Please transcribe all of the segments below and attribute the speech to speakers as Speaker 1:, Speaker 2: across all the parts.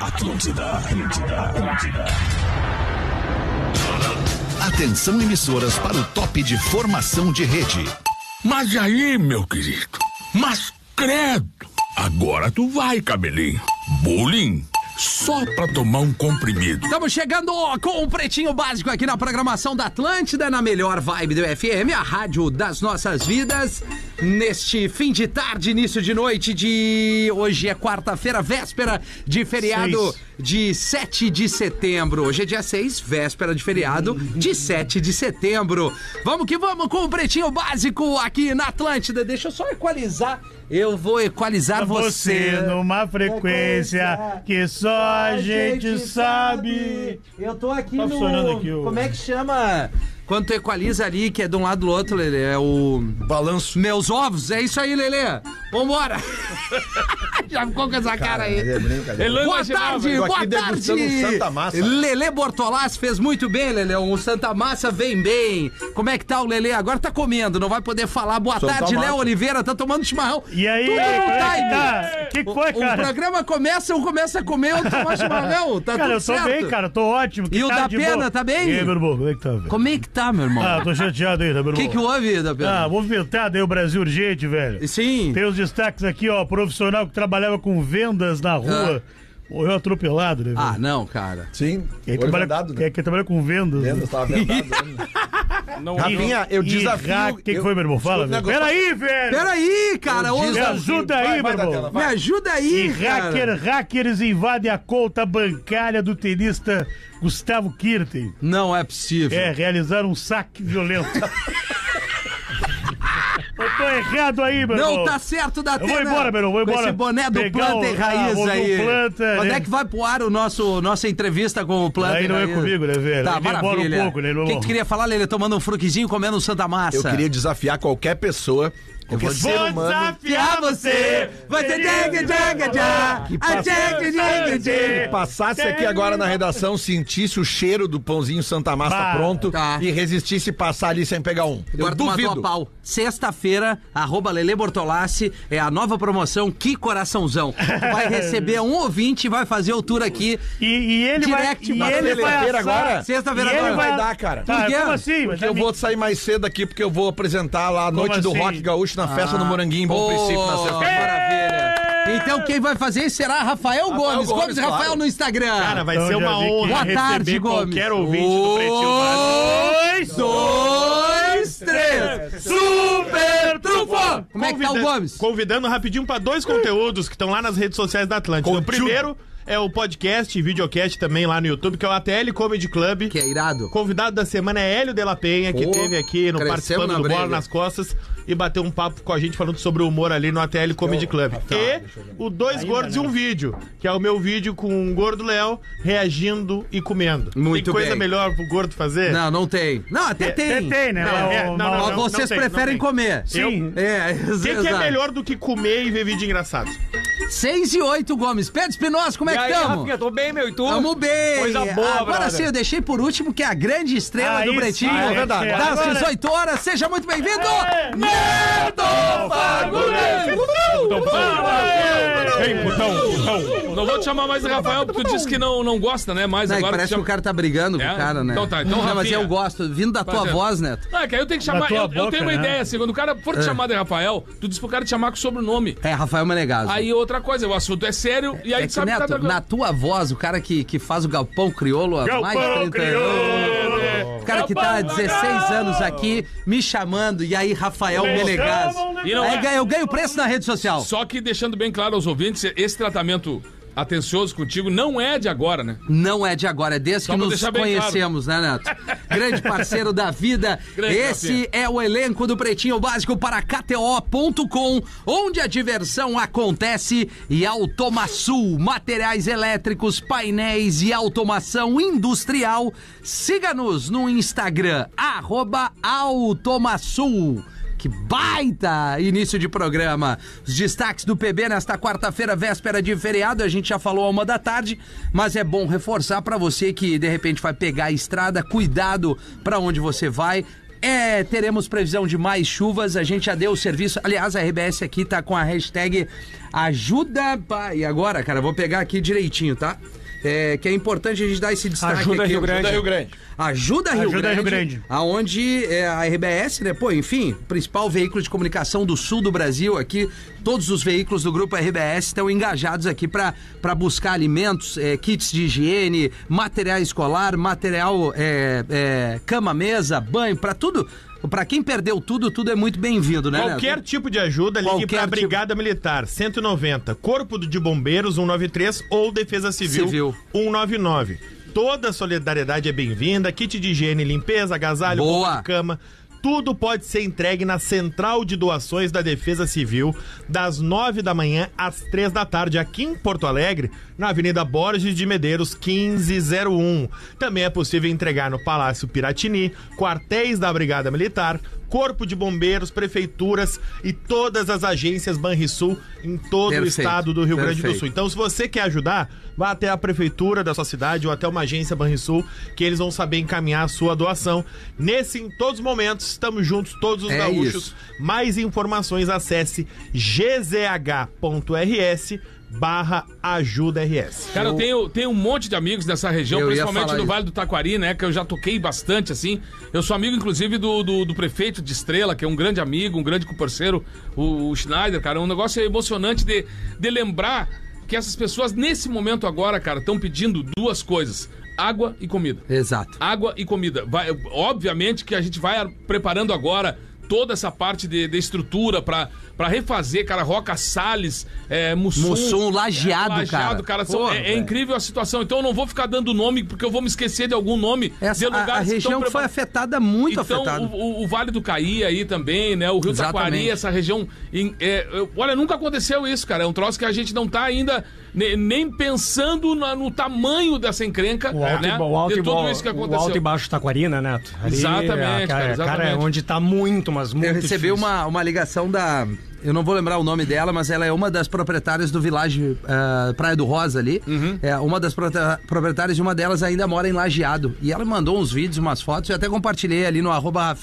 Speaker 1: Atlântida, Atlântida, Atlântida. Atenção emissoras para o top de formação de rede.
Speaker 2: Mas aí, meu querido, mas credo, agora tu vai, cabelinho. Bullying? só pra tomar um comprimido.
Speaker 3: Estamos chegando com o Pretinho Básico aqui na programação da Atlântida, na melhor vibe do FM, a rádio das nossas vidas. Neste fim de tarde, início de noite de. Hoje é quarta-feira, véspera de feriado
Speaker 4: Seis.
Speaker 3: de 7 de setembro. Hoje é dia 6, véspera de feriado de 7 de setembro. Vamos que vamos com o Pretinho Básico aqui na Atlântida. Deixa eu só equalizar. Eu vou equalizar
Speaker 4: Você numa frequência que só a gente sabe.
Speaker 3: Eu tô aqui
Speaker 4: Tá
Speaker 3: no.
Speaker 4: funcionando aqui o-
Speaker 3: Como é que chama? Quando tu equaliza ali, que é de um lado do outro, Lelê, é o. Balanço. Meus ovos, é isso aí, Lelê. Vambora! Já ficou com essa cara aí. Boa tarde,
Speaker 5: Tô
Speaker 3: boa
Speaker 5: aqui
Speaker 3: tarde.
Speaker 5: degustando um Santa Massa.
Speaker 3: Lelê Bortolás fez muito bem, Lelê. O Santa Massa vem bem. Como é que tá o Lelê? Agora tá comendo, não vai poder falar. Boa
Speaker 5: Santa
Speaker 3: tarde,
Speaker 5: Massa.
Speaker 3: Léo Oliveira, tá tomando chimarrão.
Speaker 4: E aí,
Speaker 3: Tudo no
Speaker 4: como é que
Speaker 3: time.
Speaker 4: tá? Que
Speaker 3: O,
Speaker 4: foi,
Speaker 3: o
Speaker 4: cara?
Speaker 3: programa começa, um começa a comer, outro toma chimarrão. Tá
Speaker 4: cara,
Speaker 3: tudo
Speaker 4: eu tô
Speaker 3: certo.
Speaker 4: bem, cara, tô ótimo. que
Speaker 3: E o
Speaker 4: tarde
Speaker 3: da
Speaker 4: de
Speaker 3: Pena,
Speaker 4: boa.
Speaker 3: tá bem?
Speaker 4: E aí, meu irmão, como é que tá, velho?
Speaker 3: Como é que tá, meu irmão?
Speaker 4: Ah, tô chateado aí, né, meu
Speaker 3: O
Speaker 4: irmão?
Speaker 3: que, que houve, da
Speaker 4: Ah, movimentado aí o Brasil urgente, velho.
Speaker 3: Sim.
Speaker 4: Tem os destaques aqui, ó. Profissional que trabalhava com vendas na rua. Morreu atropelado, né, velho?
Speaker 3: Ah, não, cara.
Speaker 5: Sim,
Speaker 4: Quem é
Speaker 5: olho
Speaker 4: trabalha,
Speaker 5: vendado,
Speaker 4: quem-
Speaker 5: né?
Speaker 4: quem trabalha com vendas. né?
Speaker 5: Vendo, tava vendado. né?
Speaker 6: Não,
Speaker 5: Rafinha, eu
Speaker 4: Ih,
Speaker 5: desafio...
Speaker 4: ra- O que, que
Speaker 5: eu-
Speaker 4: foi, meu irmão? Fala,
Speaker 5: Escuta
Speaker 4: velho.
Speaker 5: o negócio.
Speaker 4: Peraí, velho!
Speaker 3: Peraí, cara. ô,
Speaker 4: Me ajuda
Speaker 5: Vai,
Speaker 4: aí, meu
Speaker 5: vai,
Speaker 4: irmão.
Speaker 5: Datena,
Speaker 3: me
Speaker 5: vai.
Speaker 3: ajuda
Speaker 4: E
Speaker 3: aí, cara.
Speaker 4: hacker, hackers invadem a conta bancária do tenista Gustavo Kirten.
Speaker 3: Não é possível.
Speaker 4: É, realizar um saque violento. Eu tô errado aí, meu irmão.
Speaker 3: Não tá certo da
Speaker 4: Eu vou embora, meu irmão, vou
Speaker 3: Com
Speaker 4: embora.
Speaker 3: esse boné do
Speaker 4: Pegar
Speaker 3: Planta e
Speaker 4: o-
Speaker 3: Raiz
Speaker 4: ah, o do
Speaker 3: aí.
Speaker 4: Planta,
Speaker 3: Quando é
Speaker 4: né?
Speaker 3: que vai pro ar o nosso, nossa entrevista com o Planta
Speaker 4: Aí
Speaker 3: e
Speaker 4: não é
Speaker 3: Raiz?
Speaker 4: comigo, né, velho?
Speaker 3: Tá,
Speaker 4: Ele demora um
Speaker 3: maravilha.
Speaker 4: pouco, né, meu
Speaker 3: O que, que tu
Speaker 4: irmão?
Speaker 3: queria falar, Lele? Tomando um fruquizinho, comendo um Santa Massa.
Speaker 5: Eu queria desafiar qualquer pessoa, qualquer
Speaker 4: Vou
Speaker 5: ser humano...
Speaker 4: desafiar você.
Speaker 3: Você tchaca, tchaca, tchá.
Speaker 5: Que
Speaker 3: A tchaca, tchaca, tchaca.
Speaker 5: Se passasse aqui agora na redação, sentisse o cheiro do pãozinho Santa Massa
Speaker 4: Bah,
Speaker 5: pronto
Speaker 3: tá.
Speaker 5: e resistisse passar ali sem pegar um. Eu
Speaker 3: Guarda uma tua
Speaker 5: duvido.
Speaker 3: pau. Sexta-feira, arroba Lele Bortolassi, é a nova promoção Que Coraçãozão. Tu Vai receber um ouvinte e vai fazer o tour aqui.
Speaker 4: E, e ele
Speaker 3: Direct,
Speaker 4: vai...
Speaker 3: mas
Speaker 4: E ele vai
Speaker 5: sexta-feira
Speaker 4: assar...
Speaker 5: agora?
Speaker 3: Sexta-feira
Speaker 4: e ele
Speaker 3: agora.
Speaker 5: Vai dar, cara.
Speaker 4: Tá,
Speaker 3: Por quê?
Speaker 4: como assim? Mas
Speaker 5: Porque eu
Speaker 4: é
Speaker 5: vou sair mais cedo aqui, porque eu vou apresentar lá a noite do
Speaker 4: assim?
Speaker 5: Rock Gaúcho na festa do Moranguinho em Bom
Speaker 3: Pô,
Speaker 5: Princípio na sexta-feira.
Speaker 3: maravilha. Então quem vai fazer será Rafael
Speaker 5: Gomes,
Speaker 3: Gomes. Gomes
Speaker 5: claro.
Speaker 3: Rafael no Instagram.
Speaker 7: Cara, vai
Speaker 4: Então
Speaker 7: ser
Speaker 4: já
Speaker 7: uma
Speaker 4: vi que-
Speaker 7: honra
Speaker 3: Boa
Speaker 7: receber
Speaker 3: tarde, Gomes.
Speaker 7: qualquer ouvinte do Pretinho Básico.
Speaker 4: Dois,
Speaker 3: Dois, três. Super trufo. Como é que tá o
Speaker 7: Convida-
Speaker 3: Gomes?
Speaker 7: Convidando rapidinho para dois conteúdos que estão lá nas redes sociais da Atlântica. O primeiro é o podcast e videocast também lá no YouTube, que é o ATL Comedy Club.
Speaker 3: Que é irado.
Speaker 7: Convidado da semana é Hélio de la Penha, que
Speaker 3: Pô,
Speaker 7: teve aqui no
Speaker 3: crescemos
Speaker 7: Participando
Speaker 3: na
Speaker 7: do
Speaker 3: briga.
Speaker 7: Bola nas Costas e bateu um papo com a gente falando sobre o humor ali no ATL Comedy
Speaker 4: Então,
Speaker 7: Club.
Speaker 4: tá,
Speaker 7: e o Dois Gordos e um Vídeo, que é o meu vídeo com um gordo Léo reagindo e comendo.
Speaker 3: Muito
Speaker 7: Tem coisa
Speaker 3: bem.
Speaker 7: melhor pro gordo fazer?
Speaker 3: Não, não tem. Não, até tem.
Speaker 4: Tem, né?
Speaker 7: Não, é,
Speaker 4: Uma-
Speaker 7: não, É, não,
Speaker 3: Mas
Speaker 7: não.
Speaker 3: vocês
Speaker 7: tem, não
Speaker 3: preferem
Speaker 7: tem.
Speaker 3: comer.
Speaker 4: Sim.
Speaker 3: É,
Speaker 7: O que, que é
Speaker 3: exato.
Speaker 7: melhor do que comer e ver vídeo engraçado?
Speaker 3: 6 e 8, Gomes. Pedro Espinosa, como é que estamos?
Speaker 8: tô bem, meu, e tu?
Speaker 3: Tamo bem!
Speaker 8: Coisa boa,
Speaker 3: Agora
Speaker 8: brother.
Speaker 3: sim, eu deixei por último que é a grande estrela
Speaker 4: Aí
Speaker 3: do
Speaker 4: sim,
Speaker 3: Pretinho.
Speaker 4: é
Speaker 5: verdade.
Speaker 3: Das
Speaker 4: Agora-
Speaker 3: 18 horas, seja muito bem-vindo!
Speaker 6: É.
Speaker 4: Então
Speaker 6: Ei, putão, putão. Não vou te chamar mais de Rafael, porque tu disse que não, não gosta, né? Mais
Speaker 3: Não, é que
Speaker 6: agora.
Speaker 3: parece
Speaker 6: tu
Speaker 3: que o
Speaker 6: chama-
Speaker 3: cara tá brigando com
Speaker 6: É?
Speaker 3: o cara, né?
Speaker 6: Então tá, então,
Speaker 3: Não, mas
Speaker 6: Rafinha.
Speaker 3: eu gosto, vindo da tua
Speaker 6: Fazendo.
Speaker 3: voz, Neto.
Speaker 6: Ah, que aí eu tenho que chamar.
Speaker 4: tua
Speaker 6: Eu, eu
Speaker 4: boca,
Speaker 6: tenho uma
Speaker 4: né?
Speaker 6: ideia, assim, quando o cara for te chamar de Rafael, tu diz pro cara te chamar com sobrenome.
Speaker 3: É, Rafael Menegaso.
Speaker 6: Aí outra coisa, o assunto é sério, e aí
Speaker 3: é
Speaker 6: tu
Speaker 3: que,
Speaker 6: sabe que tá
Speaker 3: Neto,
Speaker 6: tranquilo.
Speaker 3: na tua voz, o cara que, que faz o galpão crioulo há mais de 30 anos.
Speaker 4: né?
Speaker 3: O cara que tá há 16 anos aqui me chamando, e aí Rafael Menegaso.
Speaker 6: E não
Speaker 3: Aí
Speaker 6: é.
Speaker 3: ganha- eu ganho preço na rede social.
Speaker 6: Só que deixando bem claro aos ouvintes, esse tratamento atencioso contigo não é de agora, né?
Speaker 3: Não é de agora, é desde
Speaker 6: Só
Speaker 3: que
Speaker 6: pra
Speaker 3: nos
Speaker 6: deixar bem
Speaker 3: conhecemos, né, Neto? Grande parceiro da vida.
Speaker 6: Grande
Speaker 3: Esse
Speaker 6: Rafinha.
Speaker 3: é o elenco do Pretinho Básico para KTO.com, onde a diversão acontece. E Automaçul, materiais elétricos, painéis e automação industrial. Siga-nos no Instagram, arroba Automaçul. Que baita início de programa. Os destaques do PB nesta quarta-feira, véspera de feriado, a gente já falou a uma da tarde, mas é bom reforçar pra você que de repente vai pegar a estrada, cuidado pra onde você vai. É, teremos previsão de mais chuvas, a gente já deu o serviço. Aliás, a RBS aqui tá com a hashtag ajuda. pa- E agora, cara, eu vou pegar aqui direitinho, tá? é, que é importante a gente dar esse destaque
Speaker 8: Ajuda
Speaker 3: aqui.
Speaker 8: Rio Grande.
Speaker 5: Rio Grande.
Speaker 3: Ajuda Rio
Speaker 4: Ajuda
Speaker 3: Grande,
Speaker 4: Rio Grande.
Speaker 3: aonde é, a RBS, né, pô, enfim, principal veículo de comunicação do sul do Brasil aqui, todos os veículos do grupo RBS estão engajados aqui pra pra buscar alimentos, é, kits de higiene, material escolar, material é, é, cama, mesa, banho, pra tudo. Pra quem perdeu tudo, tudo é muito bem-vindo, né?
Speaker 7: Qualquer
Speaker 3: Neto?
Speaker 7: tipo de ajuda, ligue
Speaker 3: Qualquer
Speaker 7: para a
Speaker 3: tipo.
Speaker 7: Brigada Militar 190, Corpo de Bombeiros 193 ou Defesa Civil,
Speaker 3: Civil.
Speaker 7: 199. Toda solidariedade é bem-vinda, kit de higiene, limpeza, agasalho,
Speaker 3: Boa.
Speaker 7: roupa de cama. Tudo pode ser entregue na Central de Doações da Defesa Civil, das 9 da manhã às 3 da tarde, aqui em Porto Alegre, na Avenida Borges de Medeiros, 1501. Também é possível entregar no Palácio Piratini, quartéis da Brigada Militar, Corpo de Bombeiros, prefeituras e todas as agências Banrisul em todo o
Speaker 3: Perfeito,
Speaker 7: estado do Rio Grande do
Speaker 3: perfeito.
Speaker 7: Sul. Então, se você quer ajudar, vá até a prefeitura da sua cidade ou até uma agência Banrisul, que eles vão saber encaminhar a sua doação. Nesse, em todos os momentos, estamos juntos, todos os
Speaker 3: É
Speaker 7: gaúchos.
Speaker 3: isso.
Speaker 7: Mais informações, acesse gzh.rs barra ajuda RS.
Speaker 6: Cara, eu tenho, tenho um monte de amigos dessa região,
Speaker 3: Eu ia
Speaker 6: principalmente
Speaker 3: falar
Speaker 6: no
Speaker 3: isso.
Speaker 6: Vale do Taquari, né? Que eu já toquei bastante, assim. Eu sou amigo, inclusive, do, do, do prefeito de Estrela, que é um grande amigo, um grande parceiro, o, o Schneider, cara. É um negócio emocionante de, de lembrar que essas pessoas, nesse momento agora, cara, estão pedindo duas coisas: água e comida.
Speaker 3: Exato.
Speaker 6: Água e comida. Vai- obviamente que a gente vai preparando agora toda essa parte de, de estrutura pra pra refazer, cara, Roca Salles, é, Mussum.
Speaker 3: Mussum, lajeado,
Speaker 6: Lajeado,
Speaker 3: cara.
Speaker 6: cara. São-
Speaker 3: Porra,
Speaker 6: é- é,
Speaker 3: velho.
Speaker 6: incrível a situação. Então eu não vou ficar dando nome, porque eu vou me esquecer de algum nome
Speaker 3: Essa,
Speaker 6: de
Speaker 3: a-
Speaker 6: lugares
Speaker 3: a,
Speaker 6: que estão
Speaker 3: região que foi
Speaker 6: prepar-
Speaker 3: afetada, muito
Speaker 6: então,
Speaker 3: afetada.
Speaker 6: O, o- o Vale do Caí aí também, né? O Rio Taquari,
Speaker 3: Exatamente.
Speaker 6: essa região. em- é, eu- olha, nunca aconteceu isso, cara. É um troço que a gente não tá ainda ne- nem pensando na- no tamanho dessa encrenca.
Speaker 8: O alto,
Speaker 6: né?
Speaker 8: e, ba- o alto
Speaker 6: de
Speaker 8: e
Speaker 6: tudo
Speaker 8: ba-
Speaker 6: isso que
Speaker 8: o alto e
Speaker 6: aconteceu.
Speaker 8: baixo Taquari, né, Neto? Ali,
Speaker 6: Exatamente,
Speaker 8: a-
Speaker 6: cara,
Speaker 8: Cara, é
Speaker 6: exatamente.
Speaker 8: onde tá muito, mas muito
Speaker 3: Eu recebi
Speaker 8: difícil.
Speaker 3: uma, uma ligação da. Eu não vou lembrar o nome dela, mas ela é uma das proprietárias do Village ah, Praia do Rosa ali.
Speaker 7: Uhum.
Speaker 3: É uma das prota- proprietárias e uma delas ainda mora em Lajeado. E ela mandou uns vídeos, umas fotos, eu até compartilhei ali no arroba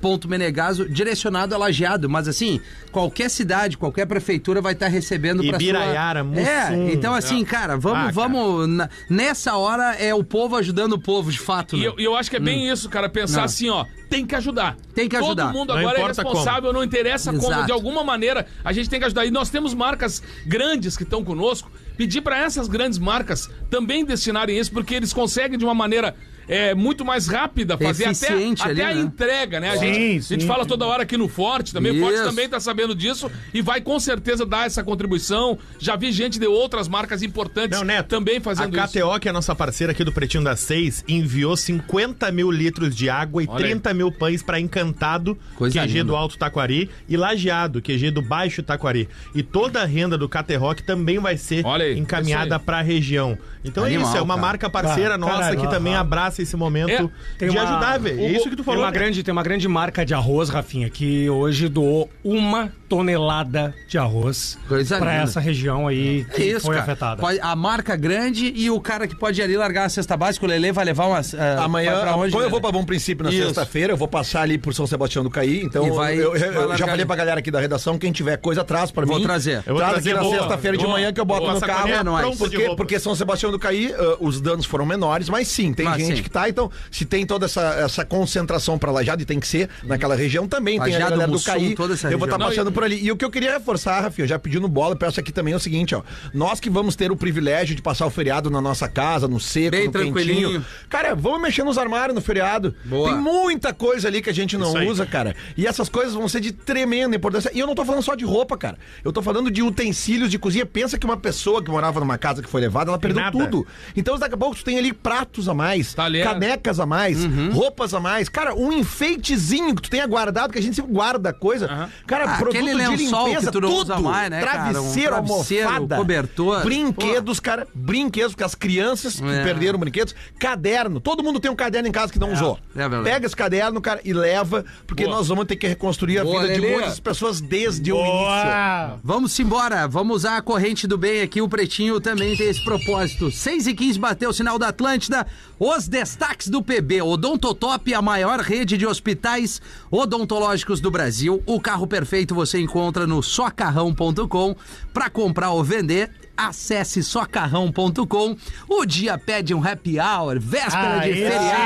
Speaker 3: rafinha.menegaso, direcionado a Lajeado. Mas assim, qualquer cidade, qualquer prefeitura vai estar recebendo pra
Speaker 7: Ibiraiara,
Speaker 3: sua...
Speaker 7: Mussum.
Speaker 3: É, então assim, cara, vamos,
Speaker 7: Ah, cara.
Speaker 3: vamos. na- Nessa hora é o povo ajudando o povo, de fato.
Speaker 6: E
Speaker 3: né?
Speaker 6: eu, e eu acho que é bem isso, cara, pensar
Speaker 3: Não.
Speaker 6: assim, ó, tem que ajudar.
Speaker 3: Tem que ajudar.
Speaker 6: Todo mundo
Speaker 7: Não
Speaker 6: agora é
Speaker 7: importa
Speaker 6: responsável, não interessa como,
Speaker 3: Exato.
Speaker 6: de alguma maneira, a gente tem que ajudar. E nós temos marcas grandes que estão conosco, pedir para essas grandes marcas também destinarem isso, porque eles conseguem de uma maneira é, muito mais rápida fazer até,
Speaker 3: Eficiente ali,
Speaker 6: até a
Speaker 3: né?
Speaker 6: entrega, né? A
Speaker 4: Sim,
Speaker 6: gente, a gente
Speaker 4: sim.
Speaker 6: fala toda hora aqui no Forte também, o Forte
Speaker 3: Isso.
Speaker 6: também tá sabendo disso e vai com certeza dar essa contribuição. Já vi gente de outras marcas importantes
Speaker 7: Não, Neto,
Speaker 6: também fazendo
Speaker 7: a
Speaker 6: isso.
Speaker 7: KTO, que é a nossa parceira aqui do Pretinho das Seis, enviou 50 mil litros de água e
Speaker 6: Olha aí.
Speaker 7: 30 mil pães para Encantado,
Speaker 3: Coisa
Speaker 7: QG do
Speaker 3: linda.
Speaker 7: Alto Taquari, e Lajeado, QG do Baixo Taquari. E toda a renda do KT Rock também vai ser
Speaker 6: Olha aí, isso
Speaker 7: encaminhada
Speaker 6: aí.
Speaker 7: para a região. Então é
Speaker 3: Animal,
Speaker 7: isso, é uma
Speaker 3: cara.
Speaker 7: marca parceira
Speaker 8: Ah,
Speaker 7: nossa
Speaker 8: caralho,
Speaker 7: que
Speaker 8: ah,
Speaker 7: também
Speaker 8: ah.
Speaker 7: abraça esse momento
Speaker 6: É,
Speaker 8: Tem
Speaker 7: de
Speaker 8: uma-
Speaker 7: ajudar, velho. É
Speaker 6: o-
Speaker 7: isso que tu
Speaker 8: Tem
Speaker 7: falou.
Speaker 8: uma,
Speaker 7: né?
Speaker 8: grande, tem uma grande marca de arroz, Rafinha, que hoje doou uma tonelada de arroz
Speaker 3: Coisa
Speaker 8: pra
Speaker 3: linda.
Speaker 8: essa região aí
Speaker 3: É
Speaker 8: que
Speaker 3: isso,
Speaker 8: foi
Speaker 3: cara.
Speaker 8: afetada.
Speaker 3: Pode- a marca grande e o cara que pode ali largar a cesta básica, o Lele vai levar umas. ah,
Speaker 5: Amanhã,
Speaker 3: vai pra onde,
Speaker 5: como eu
Speaker 3: Lelê?
Speaker 5: vou pra Bom Princípio na
Speaker 3: Isso.
Speaker 5: sexta-feira, eu vou passar ali por São Sebastião do Caí, então
Speaker 3: E vai-
Speaker 5: eu, eu-
Speaker 3: vai
Speaker 5: eu já
Speaker 3: largar
Speaker 5: falei
Speaker 3: ali.
Speaker 5: pra galera aqui da redação, quem tiver coisa, traz pra
Speaker 3: Vou
Speaker 5: mim.
Speaker 3: trazer.
Speaker 7: Eu vou
Speaker 5: traz
Speaker 7: trazer,
Speaker 5: aqui na
Speaker 7: boa,
Speaker 5: sexta-feira de
Speaker 6: boa.
Speaker 5: manhã que eu boto
Speaker 6: Boa,
Speaker 5: no carro.
Speaker 7: sacolinha
Speaker 3: é nóis.
Speaker 7: pronta de
Speaker 5: Porque,
Speaker 7: roupa.
Speaker 5: porque São Sebastião do Caí, ah, os danos foram menores, mas sim, tem
Speaker 3: Mas
Speaker 5: gente
Speaker 3: sim.
Speaker 5: que tá. Então, se tem toda essa, essa concentração pra Lajado, e tem que ser naquela região, também tem a
Speaker 3: Lajado,
Speaker 5: galera do
Speaker 3: Mussum,
Speaker 5: Caí.
Speaker 3: toda essa
Speaker 5: eu vou estar
Speaker 3: região.
Speaker 5: passando por ali. E o que eu queria reforçar, Rafinha, já pedindo bola, peço aqui também é o seguinte, ó. Nós que vamos ter o privilégio de passar o feriado na nossa casa, no seco,
Speaker 3: Bem
Speaker 5: no
Speaker 3: tranquilinho.
Speaker 5: quentinho. Cara, vamos mexer nos armários no feriado.
Speaker 3: Boa.
Speaker 5: Tem muita coisa ali que a gente não
Speaker 7: aí.
Speaker 5: usa, cara. E essas coisas vão ser de tremenda importância. E eu não tô falando só de roupa, cara. Eu tô falando de utensílios de cozinha. Pensa que uma pessoa que morava numa casa que foi levada, ela perdeu
Speaker 7: nada.
Speaker 5: tudo. Então daqui a pouco tu tem ali pratos a mais,
Speaker 6: Talher.
Speaker 5: canecas a mais, roupas a mais. Cara, um enfeitezinho que tu tenha guardado, que a gente sempre guarda coisa. Cara,
Speaker 3: Ah,
Speaker 5: produto
Speaker 3: aquele
Speaker 5: de
Speaker 3: lençol que
Speaker 5: limpeza,
Speaker 3: tu não
Speaker 5: tudo.
Speaker 3: usa mais, né, cara? Um
Speaker 5: travesseiro,
Speaker 3: travesseiro,
Speaker 5: almofada,
Speaker 3: cobertor.
Speaker 5: brinquedos, cara, brinquedos, porque as crianças que
Speaker 3: É.
Speaker 5: perderam brinquedos, caderno. Todo mundo tem um caderno em casa que não usou.
Speaker 3: é verdade.
Speaker 5: Pega esse caderno, cara, e leva, porque nós vamos ter que reconstruir a
Speaker 3: Boa,
Speaker 5: vida de
Speaker 3: Lelê.
Speaker 5: muitas pessoas desde o início.
Speaker 4: Boa!
Speaker 3: Vamos embora, vamos usar a corrente do bem aqui. O Pretinho também tem esse propósito. 6 e 15 bateu o sinal da Atlântida. Os destaques do PB. Odontotop, a maior rede de hospitais odontológicos do Brasil. O carro perfeito você encontra no socarrão.com para comprar ou vender. acesse socarrão.com. O dia pede um happy hour, véspera
Speaker 4: Aí
Speaker 3: de
Speaker 4: sim,
Speaker 3: feriado.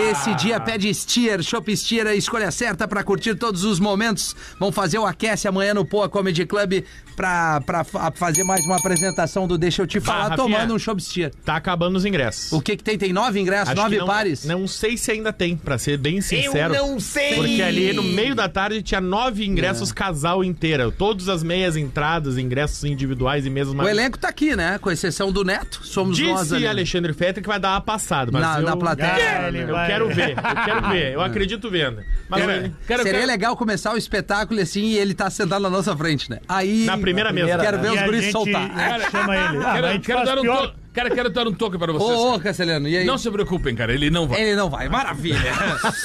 Speaker 4: hein?
Speaker 3: Esse dia pede Steer, Shop Steer, a escolha certa para curtir todos os momentos. Vão fazer o aquece amanhã no Poa Comedy Club para fazer mais uma apresentação do Deixa Eu Te Falar,
Speaker 7: Rafinha.
Speaker 3: tomando um Shop Steer.
Speaker 7: Tá acabando os ingressos.
Speaker 3: O que que tem? Tem nove ingressos,
Speaker 7: Acho
Speaker 3: nove
Speaker 7: que não-
Speaker 3: pares?
Speaker 7: Não sei se ainda tem, pra ser bem sincero.
Speaker 5: não sei.
Speaker 7: Porque ali no meio da tarde tinha nove ingressos casal inteira. Todas as meias entradas, ingressos individuais e mesas
Speaker 3: O
Speaker 7: mais.
Speaker 3: elenco tá aqui, né? Com exceção do Neto, somos nós
Speaker 7: Disse
Speaker 3: ali.
Speaker 7: Alexandre Fetter que vai dar uma passada. Mas
Speaker 3: na,
Speaker 7: eu,
Speaker 3: na plateia.
Speaker 4: Ah, ele
Speaker 7: Eu
Speaker 4: vai-
Speaker 7: quero um ver, eu quero ver. Eu acredito vendo. Mas
Speaker 6: Quero-
Speaker 7: eu-
Speaker 6: quero-
Speaker 3: Seria
Speaker 6: quero-
Speaker 3: legal começar o espetáculo e assim e ele tá sentado na nossa frente, né? Aí.
Speaker 7: Na primeira
Speaker 3: Quero
Speaker 7: mesa. né?
Speaker 3: Quero ver
Speaker 4: E
Speaker 3: os
Speaker 4: a
Speaker 3: guris
Speaker 4: gente
Speaker 3: soltar.
Speaker 4: Chama ele. Ah,
Speaker 6: Quero,
Speaker 4: mas a gente
Speaker 6: quero
Speaker 4: faz
Speaker 6: dar um
Speaker 4: pior.
Speaker 6: toque. Cara, quero dar um toque para vocês.
Speaker 3: Ô, ô,
Speaker 6: cara.
Speaker 3: Castelhano, e aí?
Speaker 6: Não se preocupem, cara. Ele não vai.
Speaker 3: Ele não vai, maravilha.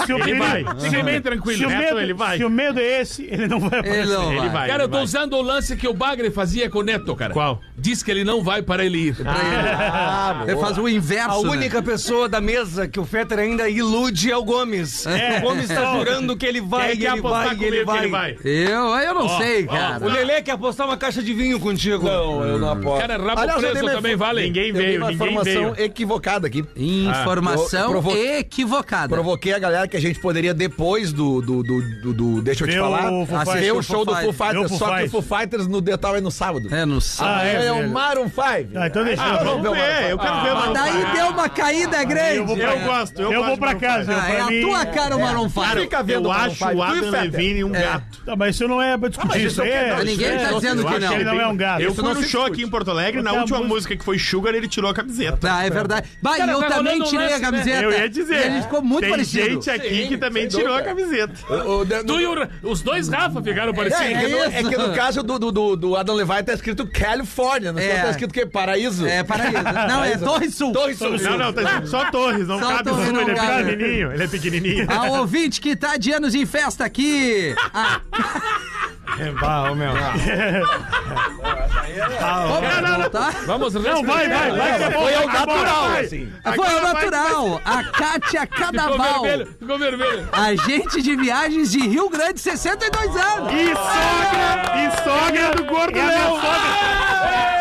Speaker 4: Se o
Speaker 7: Ele
Speaker 4: medo-
Speaker 7: vai. Fiquem bem
Speaker 4: Se o
Speaker 7: tranquilos.
Speaker 4: medo,
Speaker 7: ele vai.
Speaker 4: se o medo é esse, ele não vai aparecer.
Speaker 3: ele não vai.
Speaker 7: Ele vai.
Speaker 6: Cara, eu
Speaker 7: ele
Speaker 6: tô
Speaker 7: vai.
Speaker 6: usando o lance que o Bagre fazia com o Neto, cara.
Speaker 7: Qual?
Speaker 6: Diz que ele não vai para ele ir.
Speaker 3: Ele faz o inverso.
Speaker 9: A
Speaker 3: né?
Speaker 9: única pessoa da mesa que o Fetter ainda ilude é o Gomes. O Gomes tá jurando que ele
Speaker 8: é
Speaker 9: vai,
Speaker 7: Quem
Speaker 9: que
Speaker 7: quer
Speaker 9: ele
Speaker 7: apostar
Speaker 9: vai, que
Speaker 7: comigo
Speaker 9: ele vai.
Speaker 3: Eu, eu não sei, cara.
Speaker 9: O Lelê quer apostar uma caixa de vinho contigo.
Speaker 10: Não, eu não aposto.
Speaker 6: Cara, rabo
Speaker 5: Aliás, eu
Speaker 6: preso
Speaker 5: dei minha-
Speaker 6: também vale.
Speaker 7: Ninguém
Speaker 5: Eu dei
Speaker 7: veio,
Speaker 5: uma
Speaker 7: ninguém
Speaker 5: informação
Speaker 7: veio.
Speaker 5: equivocada aqui.
Speaker 3: Informação
Speaker 5: eu provo-
Speaker 3: equivocada.
Speaker 5: Provoquei a galera que a gente poderia, depois do. do, do, do- do- deixa eu te
Speaker 4: Ver
Speaker 5: falar.
Speaker 4: o Foo
Speaker 5: Assistir
Speaker 4: Fighters.
Speaker 5: o show do Foo
Speaker 4: Ver o
Speaker 5: Fighters.
Speaker 4: Foo
Speaker 5: Só que o
Speaker 4: Fighters.
Speaker 5: Foo Fighters no detalhe é no sábado.
Speaker 3: É, não sei.
Speaker 4: Ah,
Speaker 5: é,
Speaker 4: é
Speaker 5: o
Speaker 4: mesmo.
Speaker 5: Maroon 5.
Speaker 4: Ah, então deixa.
Speaker 7: Ah,
Speaker 4: eu.
Speaker 7: vamos
Speaker 5: Vamos
Speaker 7: ver.
Speaker 5: ver,
Speaker 7: Eu quero ver.
Speaker 3: Mas
Speaker 7: mano.
Speaker 3: Ah, daí deu uma caída grande. É.
Speaker 4: eu vou pra-
Speaker 7: Eu gosto.
Speaker 4: Eu,
Speaker 7: gosto
Speaker 4: vou
Speaker 7: de
Speaker 4: pra
Speaker 7: Maroon
Speaker 4: casa.
Speaker 7: five.
Speaker 4: eu,
Speaker 3: Ah, é
Speaker 4: pra mim,
Speaker 3: a tua cara, o Maroon
Speaker 5: Cara,
Speaker 3: Five.
Speaker 5: fica vendo
Speaker 7: Eu
Speaker 5: o Maroon
Speaker 7: acho
Speaker 5: five,
Speaker 7: o
Speaker 5: tu e
Speaker 7: Adam
Speaker 5: Fetter.
Speaker 7: Levine um gato.
Speaker 4: Tá, mas isso não é pra discutir.
Speaker 5: isso
Speaker 4: isso
Speaker 5: eu quero-
Speaker 4: é.
Speaker 5: não,
Speaker 4: isso
Speaker 3: Ninguém
Speaker 4: é-
Speaker 3: tá dizendo
Speaker 7: Eu
Speaker 3: que
Speaker 7: acho
Speaker 3: não.
Speaker 7: que
Speaker 4: Ele não é um gato.
Speaker 7: Eu
Speaker 5: Isso
Speaker 7: fui
Speaker 5: não
Speaker 7: no
Speaker 5: se
Speaker 7: show
Speaker 5: discute.
Speaker 7: aqui em Porto Alegre, na
Speaker 4: Até a
Speaker 7: última
Speaker 4: música-
Speaker 7: música que foi Sugar, ele tirou a camiseta.
Speaker 3: Ah, é verdade. Bah,
Speaker 6: Cara,
Speaker 3: e eu
Speaker 6: tá
Speaker 3: também
Speaker 6: rolando um
Speaker 3: tirei a
Speaker 6: lance, né?
Speaker 3: camiseta.
Speaker 7: Eu ia dizer.
Speaker 3: Ele ficou muito
Speaker 7: Tem
Speaker 3: parecido.
Speaker 7: gente aqui que também tirou a camiseta.
Speaker 5: O- o- de-
Speaker 6: Tu e o Ra- os dois Rafa ficaram parecidos.
Speaker 5: É, é, que no, é
Speaker 3: isso.
Speaker 5: que no caso do, do, do, do Adam Levine tá escrito Califórnia, no
Speaker 3: É.
Speaker 5: é. tá escrito que paraíso.
Speaker 3: É, paraíso. Não, é Torre Sul.
Speaker 5: Torre Sul.
Speaker 7: Não, não, tá escrito só Torres, não
Speaker 3: Ah, Só
Speaker 7: cabe
Speaker 3: Torres,
Speaker 7: Sul,
Speaker 3: não
Speaker 7: ele é
Speaker 3: cabe. Ah,
Speaker 7: pequenininho, ele é pequenininho.
Speaker 3: A ouvinte que tá de anos em festa aqui. Ah,
Speaker 7: Bah, ô, meu.
Speaker 3: vamos voltar?
Speaker 6: Vamos
Speaker 4: Não, vai, vai,
Speaker 3: é.
Speaker 4: vai. é
Speaker 5: Foi ao
Speaker 4: Acabou,
Speaker 5: natural,
Speaker 4: vai.
Speaker 5: assim.
Speaker 3: Foi o
Speaker 7: Agora vai-
Speaker 3: natural. A Kátia
Speaker 6: Ficou
Speaker 3: Cadaval.
Speaker 6: vermelho, ficou vermelho.
Speaker 3: Agente de viagens de Rio Grande, 62 anos.
Speaker 7: E sogra, e sogra do gordo
Speaker 4: É a
Speaker 3: Tá
Speaker 4: minha
Speaker 7: Léo.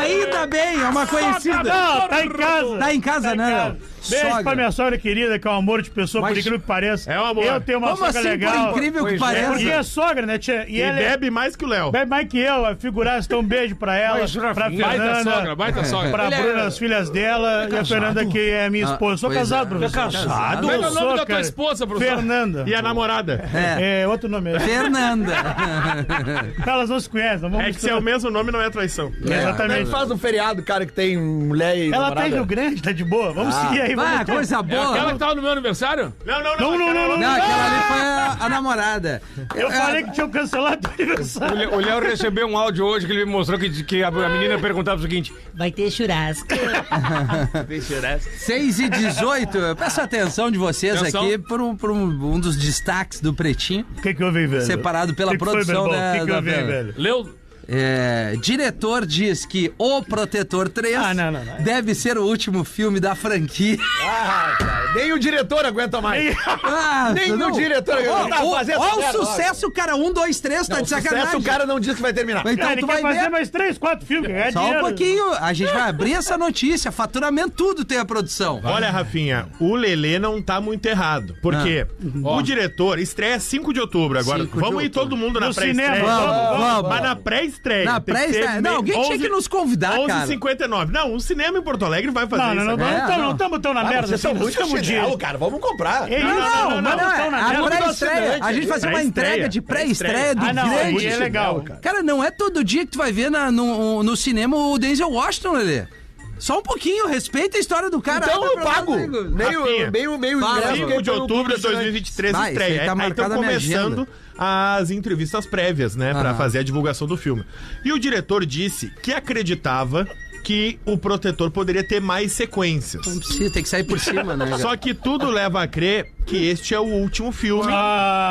Speaker 3: Ainda bem, é uma conhecida.
Speaker 4: Não, tá em casa.
Speaker 3: Tá em casa,
Speaker 4: em
Speaker 3: né?
Speaker 4: casa.
Speaker 3: Léo?
Speaker 4: Beijo
Speaker 3: Sogra.
Speaker 4: pra minha sogra querida, que é um amor de pessoa,
Speaker 3: Mas-
Speaker 4: por incrível que pareça.
Speaker 7: É um amor.
Speaker 4: Eu tenho uma
Speaker 3: Como
Speaker 4: sogra
Speaker 3: assim,
Speaker 4: legal.
Speaker 3: por incrível que
Speaker 4: É
Speaker 3: pareça?
Speaker 4: porque é sogra, né, tia? E
Speaker 7: Ele
Speaker 4: ela é-
Speaker 7: bebe mais que o Léo.
Speaker 4: bebe mais que eu, a figuraça, então um beijo pra ela, pra
Speaker 6: Baita Tá sogra,
Speaker 4: Fernanda,
Speaker 6: baita sogra.
Speaker 4: pra Bruna, as filhas dela, e a Fernanda que é minha esposa. Sou
Speaker 3: pois
Speaker 4: casado,
Speaker 3: é.
Speaker 4: professor.
Speaker 3: casado?
Speaker 4: Eu
Speaker 6: Qual é o nome
Speaker 4: sou,
Speaker 6: da tua
Speaker 4: cara.
Speaker 6: esposa, professor?
Speaker 4: Fernanda.
Speaker 7: E a namorada.
Speaker 4: É, outro nome.
Speaker 3: Fernanda.
Speaker 4: Elas não se conhecem, não vamos
Speaker 7: É que se é o mesmo nome, não é traição.
Speaker 4: misturar. Exatamente.
Speaker 5: Faz um feriado, cara, que tem mulher e
Speaker 4: Ela tá em
Speaker 5: namorada.
Speaker 4: Rio Grande, tá de boa. Vamos seguir
Speaker 3: Ah,
Speaker 4: aí. vamos
Speaker 3: coisa
Speaker 6: É aquela
Speaker 3: boa.
Speaker 6: que tava no meu aniversário?
Speaker 7: Não, não,
Speaker 4: Não, não, não, não.
Speaker 3: Não, aquela
Speaker 4: assim,
Speaker 3: ali foi a,
Speaker 4: "Ah!"
Speaker 3: a namorada.
Speaker 4: Eu falei que tinha cancelado o
Speaker 9: O
Speaker 4: aniversário.
Speaker 9: Le- O Léo recebeu um áudio hoje que ele me mostrou que, que a, a menina perguntava o seguinte:
Speaker 11: Vai ter churrasco.
Speaker 3: 6 e 18. Eu peço a atenção de vocês
Speaker 6: Atenção.
Speaker 3: aqui por um, por um- um dos destaques do Pretinho.
Speaker 4: O que que houve, aí, velho?
Speaker 3: Separado pela
Speaker 4: que que foi,
Speaker 3: produção
Speaker 4: meu irmão?
Speaker 3: da-
Speaker 4: O que que
Speaker 3: da
Speaker 4: houve, aí,
Speaker 3: Vera.
Speaker 4: velho?
Speaker 6: Leu.
Speaker 3: É, diretor diz que O Protetor 3
Speaker 4: Ah, não, não, não.
Speaker 3: deve ser o último filme da franquia.
Speaker 5: Ah, cara, nem o diretor aguenta mais.
Speaker 3: Ah,
Speaker 5: Nem o diretor aguenta mais.
Speaker 3: Olha
Speaker 5: Fazer essa
Speaker 3: o
Speaker 5: merda,
Speaker 3: sucesso, cara. Um, dois, três, tá de
Speaker 5: Sucesso,
Speaker 3: sacanagem.
Speaker 5: o cara não diz que vai terminar.
Speaker 3: Mas Então
Speaker 4: Cara,
Speaker 3: tu
Speaker 4: ele
Speaker 3: vai
Speaker 4: quer fazer
Speaker 3: ver.
Speaker 4: mais três, quatro filmes, ganhar
Speaker 3: Só um
Speaker 4: dinheiro.
Speaker 3: pouquinho. A gente vai abrir essa notícia. Faturamento, tudo tem a produção.
Speaker 7: Olha, Rafinha, o Lelê não tá muito errado. Porque o diretor estreia 5 de outubro agora.
Speaker 3: 5 Ah. de
Speaker 7: Vamos ir
Speaker 3: outubro.
Speaker 7: todo mundo na
Speaker 4: No
Speaker 7: pré-estreia.
Speaker 4: cinema,
Speaker 3: vamos, vamos.
Speaker 7: Mas na pré-estreia.
Speaker 3: Na
Speaker 7: tem que ser
Speaker 3: pré-estreia. Não,
Speaker 7: me-
Speaker 3: alguém tinha que nos convidar, cara.
Speaker 7: 11h59. Não, um cinema em Porto Alegre vai fazer
Speaker 4: Não,
Speaker 7: isso.
Speaker 4: não, não,
Speaker 7: agora.
Speaker 3: É,
Speaker 4: não, tamo-
Speaker 3: não.
Speaker 4: não tamo tão na merda.
Speaker 5: Ah, Vocês são
Speaker 4: assim,
Speaker 5: muito
Speaker 4: não tamo
Speaker 5: chinelo,
Speaker 4: de-
Speaker 5: cara. Vamos comprar.
Speaker 4: É isso, não, não,
Speaker 3: mas
Speaker 4: não,
Speaker 3: é,
Speaker 4: tamo na
Speaker 3: a
Speaker 4: merda.
Speaker 3: pré-estreia. A gente fazer uma
Speaker 7: Pré-estreia.
Speaker 3: entrega de pré-estreia do
Speaker 4: Ah, não,
Speaker 3: grande.
Speaker 4: aí é legal, cara.
Speaker 3: Cara, não é todo dia que tu vai ver na- no, no cinema o Denzel Washington, Lelê. Só um pouquinho, respeita a história do cara.
Speaker 5: Então
Speaker 3: Ah,
Speaker 5: eu
Speaker 3: tá
Speaker 5: pago.
Speaker 3: provando, amigo.
Speaker 7: Rafinha.
Speaker 5: Meio, meio, meio
Speaker 3: Fala,
Speaker 5: ingresso.
Speaker 3: mano.
Speaker 5: que
Speaker 7: 5 de
Speaker 5: eu tô no
Speaker 7: outubro de
Speaker 5: Clube China.
Speaker 7: 2023
Speaker 3: Vai, isso aí
Speaker 7: estreia.
Speaker 3: tá
Speaker 7: Aí estão
Speaker 3: marcado na minha
Speaker 7: começando as entrevistas prévias, né? Pra
Speaker 3: Aham.
Speaker 7: fazer a divulgação do filme. E o diretor disse que acreditava que o protetor poderia ter mais sequências.
Speaker 3: Não precisa, tem que sair por cima, né? cara?
Speaker 7: Só que tudo leva a crer que este é o último filme.
Speaker 4: Ah.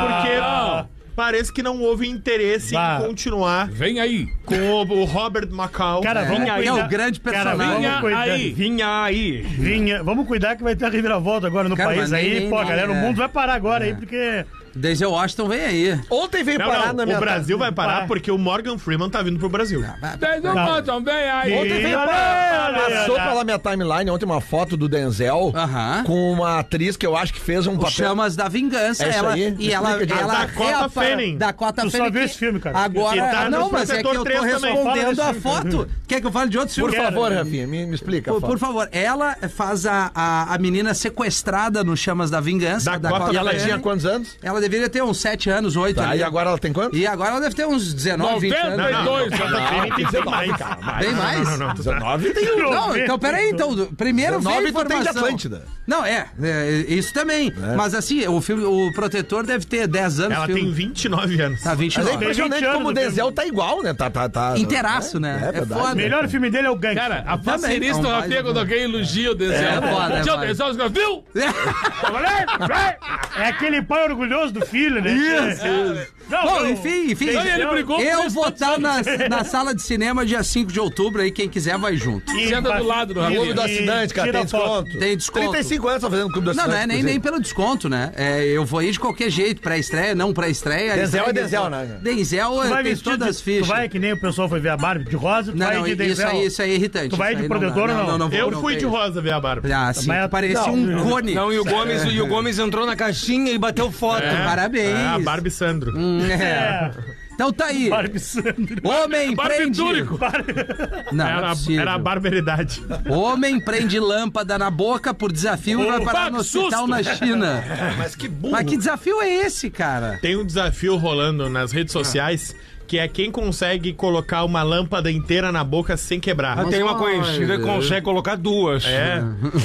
Speaker 7: Porque parece que não houve interesse
Speaker 4: Bah.
Speaker 7: em continuar
Speaker 6: Vem aí.
Speaker 7: com o, o Robert Macau.
Speaker 4: Cara, vamos
Speaker 9: Vinha aí,
Speaker 4: cuidar.
Speaker 3: é o grande
Speaker 4: Cara,
Speaker 3: personagem.
Speaker 4: vamos cuidar.
Speaker 6: Aí.
Speaker 9: vinha aí.
Speaker 4: Vinha. Vamos cuidar que vai ter a reviravolta agora no
Speaker 3: Cara,
Speaker 4: país
Speaker 3: mas nem-
Speaker 4: aí.
Speaker 3: nem-
Speaker 4: Pô,
Speaker 3: nem-
Speaker 4: galera, o
Speaker 3: é.
Speaker 4: mundo vai parar agora aí, porque
Speaker 3: Denzel Washington vem aí.
Speaker 5: Ontem veio
Speaker 7: Não,
Speaker 5: parar
Speaker 7: não,
Speaker 5: na minha
Speaker 7: o Brasil vai parar
Speaker 4: Vai.
Speaker 7: porque o Morgan Freeman tá vindo pro Brasil.
Speaker 6: Denzel
Speaker 7: Tá.
Speaker 6: Washington, vem aí.
Speaker 5: Ontem veio pra... Passou pela minha timeline ontem uma foto do Denzel
Speaker 3: Aham.
Speaker 5: com uma atriz que eu acho que fez um
Speaker 3: Ah. O
Speaker 5: papel.
Speaker 3: Chamas da Vingança,
Speaker 5: É isso
Speaker 3: ela
Speaker 5: aí?
Speaker 3: e ela,
Speaker 5: Explica,
Speaker 3: ela
Speaker 7: Dakota Fanning.
Speaker 3: Dakota
Speaker 4: Tu só
Speaker 3: Fanning
Speaker 4: viu
Speaker 3: que-
Speaker 4: esse filme, cara.
Speaker 3: Agora,
Speaker 7: E tá
Speaker 3: não,
Speaker 7: no
Speaker 3: mas é que
Speaker 7: Protetor
Speaker 3: eu tô
Speaker 7: 3 também.
Speaker 4: Fala
Speaker 3: respondendo
Speaker 4: desse
Speaker 3: a
Speaker 4: filme.
Speaker 3: foto. Quer que eu fale de outro filme?
Speaker 5: Por favor, Rafinha, me, me explica.
Speaker 3: né? Por,
Speaker 5: a foto.
Speaker 3: por favor, ela faz a, a, a menina sequestrada no Chamas da Vingança.
Speaker 7: Dakota
Speaker 3: Dakota
Speaker 5: E ela
Speaker 3: Fanning.
Speaker 5: tinha quantos anos?
Speaker 3: Ela deveria ter uns 7 anos, 8
Speaker 5: Tá,
Speaker 3: ali.
Speaker 5: e agora ela tem quantos?
Speaker 3: E agora ela deve ter uns 19, 20 anos.
Speaker 4: né?
Speaker 7: Não, não,
Speaker 6: 92,
Speaker 7: não,
Speaker 6: já
Speaker 7: não, tem mais.
Speaker 3: Tem mais?
Speaker 7: Não, não, não.
Speaker 5: 19 tem um.
Speaker 3: Não, então peraí, então, do- primeiro veio a
Speaker 5: 19 tu tem de
Speaker 3: informação.
Speaker 5: Atlântida. É.
Speaker 3: Não, é, é, isso também. Mas assim, o filme, o protetor deve ter 10 anos.
Speaker 7: Ela
Speaker 3: filme.
Speaker 7: tem 29 anos.
Speaker 3: Tá
Speaker 5: Mas é
Speaker 3: 29.
Speaker 4: Tem 20
Speaker 5: impressionante
Speaker 4: anos
Speaker 5: como o
Speaker 4: do filme.
Speaker 5: Denzel tá igual, né? Tá, tá, tá.
Speaker 3: Inteiraço, né?
Speaker 5: É,
Speaker 3: É
Speaker 5: verdade.
Speaker 3: foda.
Speaker 4: O melhor filme dele é o Gangue.
Speaker 6: Cara, a
Speaker 3: Também.
Speaker 6: parceirista do
Speaker 3: Não,
Speaker 6: Rafinha
Speaker 3: mais
Speaker 6: quando
Speaker 3: um.
Speaker 6: alguém elogia o
Speaker 3: É,
Speaker 6: Denzel.
Speaker 3: foda, é
Speaker 6: Tchau,
Speaker 3: foda.
Speaker 6: Denzel, os caras, um viu?
Speaker 4: É aquele pai orgulhoso do filho, né? Isso, Não,
Speaker 3: Bom,
Speaker 4: não, Então
Speaker 3: enfim, enfim.
Speaker 6: Não, e ele brigou com
Speaker 3: Eu
Speaker 6: isso,
Speaker 3: vou estar na, na sala de cinema dia 5 de outubro aí, quem quiser vai junto.
Speaker 4: e-
Speaker 6: Senta do lado do
Speaker 5: Clube do
Speaker 6: Rafinha.
Speaker 5: assinante, cara, tem
Speaker 4: Tira a foto.
Speaker 5: desconto.
Speaker 3: Tem desconto.
Speaker 5: 35 anos tá fazendo clube do
Speaker 3: Não,
Speaker 5: assinante.
Speaker 3: não é nem, nem
Speaker 5: inclusive.
Speaker 3: pelo desconto, né? É, eu vou ir de qualquer jeito, pré-estreia, não pré-estreia.
Speaker 5: Denzel
Speaker 3: estreia,
Speaker 5: é Denzel, né?
Speaker 3: Denzel
Speaker 4: Tu
Speaker 3: é,
Speaker 4: vai
Speaker 3: tem
Speaker 4: vestido
Speaker 3: todas as
Speaker 4: de-
Speaker 3: fichas.
Speaker 4: Tu vai que nem o pessoal foi ver a Barbie de rosa, tu
Speaker 3: Não,
Speaker 4: vai
Speaker 3: não,
Speaker 4: de
Speaker 3: isso
Speaker 4: Denzel.
Speaker 3: aí, isso aí é irritante.
Speaker 4: Tu vai
Speaker 3: isso
Speaker 4: de
Speaker 3: aí não dá.
Speaker 4: protetor ou não?
Speaker 3: vou,
Speaker 7: Eu
Speaker 3: não
Speaker 7: fui de
Speaker 3: tenho.
Speaker 7: rosa ver a Bárbara.
Speaker 3: Ah, sim,
Speaker 4: Mas-
Speaker 3: tu parecia um cone.
Speaker 9: Não, Então, e o Gomes, e o Gomes entrou na caixinha e bateu foto.
Speaker 3: Parabéns.
Speaker 7: É, a Barbie Sandro.
Speaker 3: É. Então tá aí.
Speaker 4: Ah, Barbie Sandra.
Speaker 3: Homem prende...
Speaker 6: Barbitúrico.
Speaker 3: Não, não é
Speaker 7: Era,
Speaker 3: possível.
Speaker 7: era a barbaridade.
Speaker 3: Homem prende lâmpada na boca por desafio e vai
Speaker 6: Opa,
Speaker 3: parar no
Speaker 6: que
Speaker 3: hospital
Speaker 6: susto!
Speaker 3: na China.
Speaker 5: Mas que burro.
Speaker 3: Mas que desafio é esse, cara?
Speaker 7: Tem um desafio rolando nas redes sociais que é quem consegue colocar uma lâmpada inteira na boca sem quebrar.
Speaker 9: Tem uma conhecida que consegue colocar duas.
Speaker 7: É.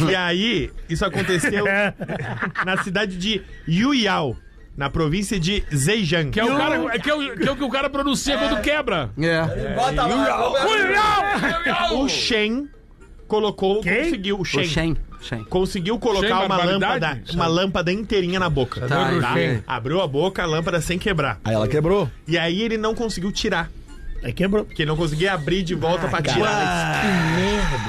Speaker 7: E aí, isso aconteceu
Speaker 4: É.
Speaker 7: na cidade de Yuyao, na província de Zhejiang.
Speaker 6: Que é o cara que é o que, é o que o cara pronuncia quando quebra.
Speaker 3: É.
Speaker 5: Bota lá.
Speaker 7: O Shen colocou,
Speaker 4: Quem?
Speaker 7: conseguiu, o Shen.
Speaker 3: O Shen. Shen.
Speaker 7: Conseguiu
Speaker 6: Shen,
Speaker 7: colocar uma
Speaker 6: barbaridade?
Speaker 7: lâmpada, uma lâmpada inteirinha na boca.
Speaker 3: Tá, Shen.
Speaker 7: Abriu a boca, a lâmpada sem quebrar.
Speaker 5: Aí ela quebrou.
Speaker 7: E aí ele não conseguiu tirar.
Speaker 4: Aí quebrou.
Speaker 7: Porque ele não conseguia abrir de volta pra tirar.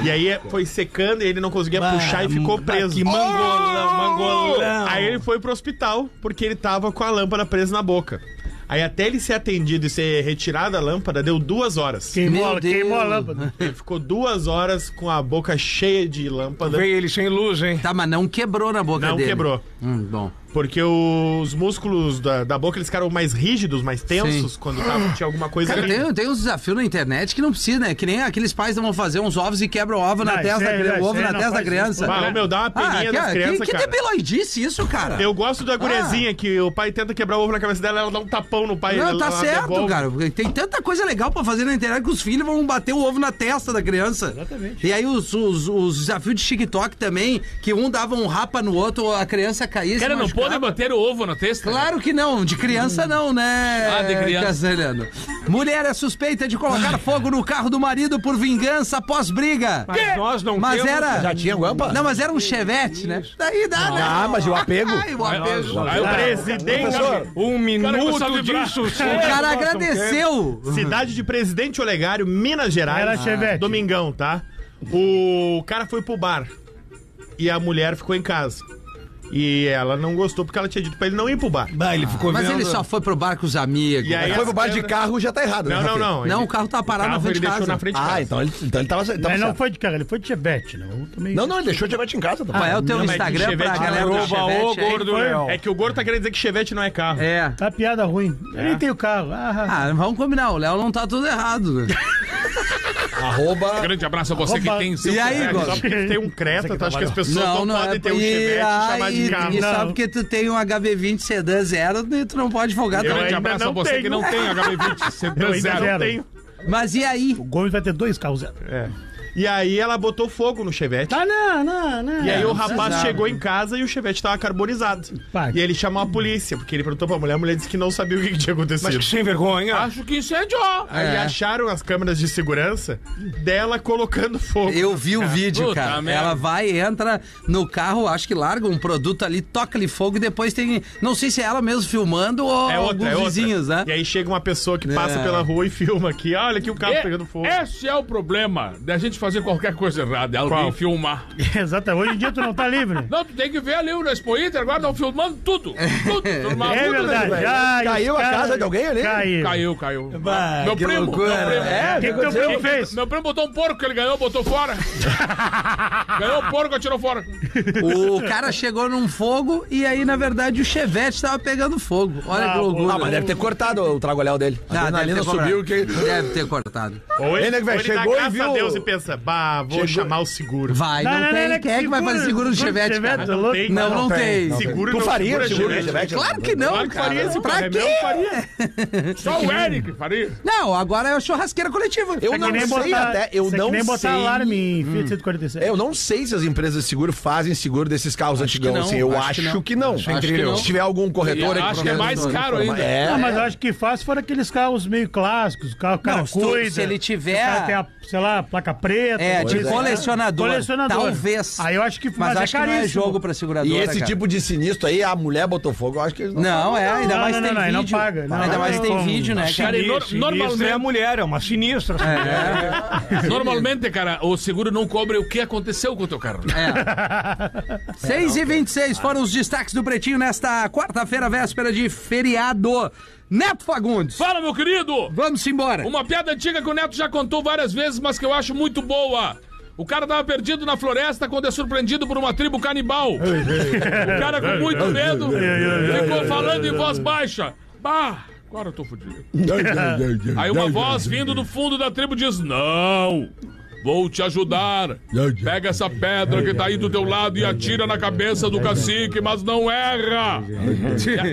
Speaker 7: E aí é, foi secando e ele não conseguia puxar e ficou preso. Oh!
Speaker 9: Que mangolão, mangolão.
Speaker 7: Aí ele foi pro hospital porque ele tava com a lâmpada presa na boca. Aí até ele ser atendido e ser retirada a lâmpada, deu duas horas.
Speaker 4: Queimou,
Speaker 3: Meu
Speaker 4: a- queimou a
Speaker 3: Deus.
Speaker 4: lâmpada.
Speaker 7: Ele ficou duas horas com a boca cheia de lâmpada.
Speaker 9: Veio ele sem luz, hein?
Speaker 3: Tá, mas não quebrou na boca
Speaker 7: Não
Speaker 3: dele.
Speaker 7: quebrou.
Speaker 3: Hum, bom.
Speaker 7: Porque os músculos da, da boca, eles ficaram mais rígidos, mais tensos, quando tava, tinha alguma coisa
Speaker 3: Cara,
Speaker 7: ali.
Speaker 3: tem, tem uns desafios na internet que não precisa, né? Que nem aqueles pais não vão fazer uns ovos e quebram o ovo na
Speaker 4: Não,
Speaker 3: testa
Speaker 4: isso
Speaker 3: da
Speaker 4: é-
Speaker 3: criança.
Speaker 4: isso
Speaker 3: ovo
Speaker 4: aí
Speaker 3: na
Speaker 4: não
Speaker 3: testa da
Speaker 4: faz
Speaker 3: criança. Ah,
Speaker 7: Bah, meu, dá uma peninha
Speaker 3: que-
Speaker 7: nas
Speaker 3: que-
Speaker 7: crianças,
Speaker 3: que,
Speaker 7: cara.
Speaker 3: debiloidice isso, cara?
Speaker 7: Eu gosto da gurezinha que o pai tenta quebrar o ovo na cabeça dela, ela dá um tapão no pai.
Speaker 3: Não,
Speaker 7: ela,
Speaker 3: tá
Speaker 7: ela
Speaker 3: certo,
Speaker 7: devolve.
Speaker 3: cara. porque Tem tanta coisa legal pra fazer na internet que os filhos vão bater o ovo na testa da criança. Exatamente. E aí os, os, os desafios de TikTok também, que um dava um rapa no outro, a criança caía e se
Speaker 6: Cara, não
Speaker 3: machucava.
Speaker 6: pode bater o ovo na testa.
Speaker 3: Claro que não, de criança não, né?
Speaker 6: Ah, de criança.
Speaker 3: Castelhano. Mulher é suspeita de colocar fogo no carro do marido por vingança após briga.
Speaker 9: Mas nós não
Speaker 3: Mas
Speaker 9: temos...
Speaker 3: era.
Speaker 5: Já tinha guampa?
Speaker 3: Não, mas era um chevette, né? Daí dá, né?
Speaker 5: Ah, mas e o apego?
Speaker 3: Ai, o tá apego.
Speaker 6: Aí o
Speaker 7: Presidente,
Speaker 9: Um
Speaker 6: começou a
Speaker 9: minuto
Speaker 6: vibrar.
Speaker 9: disso.
Speaker 3: O cara agradeceu.
Speaker 7: cidade de Presidente Olegário, Minas Gerais.
Speaker 4: Era Chevette.
Speaker 7: Domingão, tá? O cara foi pro bar e a mulher ficou em casa. E ela não gostou porque ela tinha dito pra ele não ir pro bar.
Speaker 9: Bah, ele ficou
Speaker 3: Mas
Speaker 9: vendo.
Speaker 3: ele só foi pro bar com os amigos.
Speaker 7: E aí
Speaker 5: Foi pro bar de carro já tá errado, né?
Speaker 7: Não, não,
Speaker 5: Rafinha?
Speaker 7: não.
Speaker 3: Não,
Speaker 7: ele-
Speaker 3: o carro tá parado na
Speaker 7: carro
Speaker 3: frente
Speaker 7: ele
Speaker 3: de
Speaker 7: deixou
Speaker 3: casa.
Speaker 7: na frente de casa.
Speaker 5: Ah, então ele, então ele tava, tava
Speaker 4: Mas não
Speaker 5: certo.
Speaker 4: foi de carro, ele foi de Chevette, né? Eu também-
Speaker 5: Não, não, ele deixou o diamante em casa. Tá
Speaker 3: Qual é o teu
Speaker 7: Ah, Não, mas de
Speaker 3: Instagram pra
Speaker 7: Chevette
Speaker 3: galera
Speaker 7: não.
Speaker 3: do
Speaker 9: Oba, ô,
Speaker 3: Chevette? aí?
Speaker 9: gordo Léo.
Speaker 7: É que o Gordo tá querendo dizer que Chevette não é carro.
Speaker 3: É.
Speaker 4: Tá piada ruim. Eu nem tenho carro. Ah,
Speaker 3: Ah, vamos combinar, o Léo não tá tudo errado. né?
Speaker 5: Arroba.
Speaker 6: Grande abraço a você que
Speaker 4: Opa.
Speaker 6: tem seu
Speaker 3: E aí,
Speaker 6: Chevette.
Speaker 3: Gomes?
Speaker 7: Só porque tu tem um Creta, tu acha que as pessoas não, podem ter um
Speaker 3: é e-
Speaker 7: Chevette e chamar
Speaker 3: ai,
Speaker 7: de carro.
Speaker 3: E,
Speaker 4: Não.
Speaker 3: só porque tu tem um HB20 sedã zero, né, tu não pode folgar
Speaker 7: Eu
Speaker 3: também.
Speaker 6: Grande
Speaker 7: ainda
Speaker 6: abraço a
Speaker 7: não
Speaker 6: você que
Speaker 7: tenho.
Speaker 6: não tem HB20. Você
Speaker 7: Eu
Speaker 6: deu
Speaker 7: ainda
Speaker 6: zero.
Speaker 7: não
Speaker 4: zero.
Speaker 7: tenho.
Speaker 3: Mas e aí?
Speaker 4: o Gomes vai ter dois carros zero.
Speaker 7: É. E aí ela botou fogo no Chevette.
Speaker 4: Ah, não, não, não.
Speaker 7: E aí o
Speaker 3: não
Speaker 7: rapaz
Speaker 3: precisava.
Speaker 7: chegou em casa e o Chevette tava carbonizado.
Speaker 4: Pá.
Speaker 7: E ele chamou a polícia, porque ele perguntou pra mulher, a mulher disse que não sabia o que, que tinha
Speaker 9: Mas
Speaker 7: acontecido.
Speaker 9: que sem vergonha.
Speaker 6: Acho que isso é Jó.
Speaker 7: Aí
Speaker 3: É.
Speaker 7: acharam as câmeras de segurança dela colocando fogo.
Speaker 3: Eu vi
Speaker 7: Ah,
Speaker 3: o vídeo,
Speaker 6: Puta
Speaker 3: cara.
Speaker 6: merda.
Speaker 3: Ela vai, entra no carro, acho que larga um produto ali, toca-lhe fogo e depois tem. Não sei se é ela mesmo filmando ou
Speaker 7: É outra,
Speaker 3: alguns
Speaker 7: é outra.
Speaker 3: vizinhos, né?
Speaker 7: E aí chega uma pessoa que
Speaker 3: É.
Speaker 7: passa pela rua e filma aqui. Olha aqui o carro
Speaker 6: É,
Speaker 7: tá pegando fogo.
Speaker 6: Esse é o problema da gente fazer qualquer coisa errada, é alguém
Speaker 7: Qual?
Speaker 6: filmar.
Speaker 4: Exatamente. Hoje em dia tu não tá livre.
Speaker 6: Não, tu tem que ver ali no Expo Inter, agora estão filmando tudo. Tudo, filmar
Speaker 4: É
Speaker 6: tudo. né?
Speaker 4: verdade.
Speaker 5: Tá velho. né?
Speaker 4: Ai,
Speaker 5: Caiu
Speaker 4: os
Speaker 5: a
Speaker 4: caras-
Speaker 5: casa de alguém ali?
Speaker 4: Caiu.
Speaker 6: Caiu, caiu.
Speaker 9: Bah,
Speaker 6: meu,
Speaker 9: que
Speaker 6: primo,
Speaker 9: loucura. né?
Speaker 6: meu primo.
Speaker 4: O que, que teu primo fez?
Speaker 6: Meu primo botou um porco que ele ganhou, botou fora. ganhou o porco, atirou fora.
Speaker 3: O cara chegou num fogo e aí, na verdade, o Chevette tava pegando fogo. Olha
Speaker 4: Ah,
Speaker 3: que loucura.
Speaker 5: Ah, mas deve ter cortado o tragoléu dele. A
Speaker 3: Ah, deve,
Speaker 5: adrenalina
Speaker 3: ter
Speaker 5: subiu
Speaker 3: subiu
Speaker 5: que...
Speaker 3: deve ter cortado.
Speaker 7: Ou ele,
Speaker 5: Ei, nego,
Speaker 7: ou
Speaker 5: velho,
Speaker 7: ele
Speaker 5: chegou e
Speaker 7: dá graças
Speaker 5: viu-
Speaker 7: a Deus e pensa, bah, vou chamar o seguro.
Speaker 3: Vai, não, tem. Quem é que vai fazer seguro do Chevette, cara?
Speaker 4: Chevette, louco.
Speaker 3: Não, não, tem.
Speaker 7: Seguro é
Speaker 5: Tu
Speaker 7: não
Speaker 5: faria
Speaker 7: segura
Speaker 5: seguro
Speaker 7: Chevette.
Speaker 5: Chevette?
Speaker 3: Claro que não,
Speaker 6: Claro que
Speaker 3: cara.
Speaker 6: faria esse
Speaker 3: pra
Speaker 6: cara, eu
Speaker 3: quê?
Speaker 6: Só o Eric faria.
Speaker 3: Não, agora é a churrasqueira coletiva.
Speaker 5: Eu
Speaker 4: É
Speaker 5: não
Speaker 4: que nem
Speaker 5: sei
Speaker 4: botar,
Speaker 5: até, eu
Speaker 4: isso é que
Speaker 5: não
Speaker 4: nem botar
Speaker 5: sei.
Speaker 4: alarme em Fiat 147.
Speaker 5: É, Eu não sei se as empresas de seguro fazem seguro desses carros antigos.
Speaker 3: não,
Speaker 5: Assim, eu
Speaker 3: acho que
Speaker 5: acho,
Speaker 3: não.
Speaker 5: que não.
Speaker 3: Acho que não.
Speaker 5: Se tiver algum corretor
Speaker 6: E
Speaker 5: aí
Speaker 6: acho que é
Speaker 5: prometa-
Speaker 6: mais caro ainda.
Speaker 5: É,
Speaker 4: Não, mas eu acho que fácil foram aqueles carros meio clássicos, o carro que o cara
Speaker 3: Não, se tu-
Speaker 4: cuida.
Speaker 3: se ele tiver-
Speaker 4: o cara tem a, sei lá, placa preta.
Speaker 3: É, de
Speaker 4: coisa, né?
Speaker 3: colecionador.
Speaker 4: Colecionador.
Speaker 3: Talvez.
Speaker 4: Aí eu acho que
Speaker 3: Mas, acho
Speaker 4: é
Speaker 3: que não
Speaker 4: caríssimo.
Speaker 3: é jogo pra seguradora,
Speaker 5: E esse
Speaker 3: cara.
Speaker 5: tipo de sinistro aí, a mulher botou fogo, eu acho que eles não.
Speaker 3: Não, é, ainda
Speaker 4: Não,
Speaker 3: mais
Speaker 4: não,
Speaker 3: tem
Speaker 4: não, não, aí
Speaker 3: vídeo.
Speaker 4: não paga, não,
Speaker 3: ainda
Speaker 4: não
Speaker 3: mais
Speaker 4: tem
Speaker 3: tem
Speaker 4: como.
Speaker 3: vídeo, né, cara?
Speaker 6: Cara, e nor-
Speaker 9: Normalmente é a
Speaker 6: normalmente,
Speaker 9: mulher, é uma sinistra.
Speaker 6: normalmente, cara, o seguro não cobre o que aconteceu com o teu carro.
Speaker 3: É. 6 e 26 foram os destaques do Pretinho nesta quarta-feira, véspera de feriado. Neto Fagundes,
Speaker 6: Fala, meu querido!
Speaker 3: vamos embora.
Speaker 6: Uma piada antiga que o Neto já contou várias vezes, mas que eu acho muito boa. O cara tava perdido na floresta quando é surpreendido por uma tribo canibal. O cara com muito medo ficou falando em voz baixa. Bah, agora eu tô fudido. Aí uma voz vindo do fundo da tribo diz: Não, vou te ajudar. Pega essa pedra que tá aí do teu lado e atira na cabeça do cacique, mas não erra.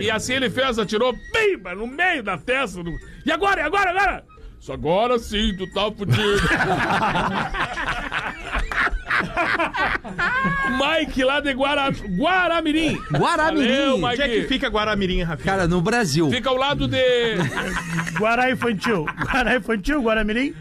Speaker 6: E, e assim ele fez, atirou, pimba, no meio da testa. do- E agora, e agora, agora? Só agora sim, tu tá fudido. Mike lá de Guara... Guaramirim.
Speaker 3: Guaramirim.
Speaker 6: Valeu,
Speaker 7: Onde é que
Speaker 6: Mike.
Speaker 7: fica Guaramirim, Rafinha?
Speaker 3: Cara, no Brasil.
Speaker 6: Fica ao lado de.
Speaker 4: É. Guará Infantil. Guará Infantil, Guará Mirim.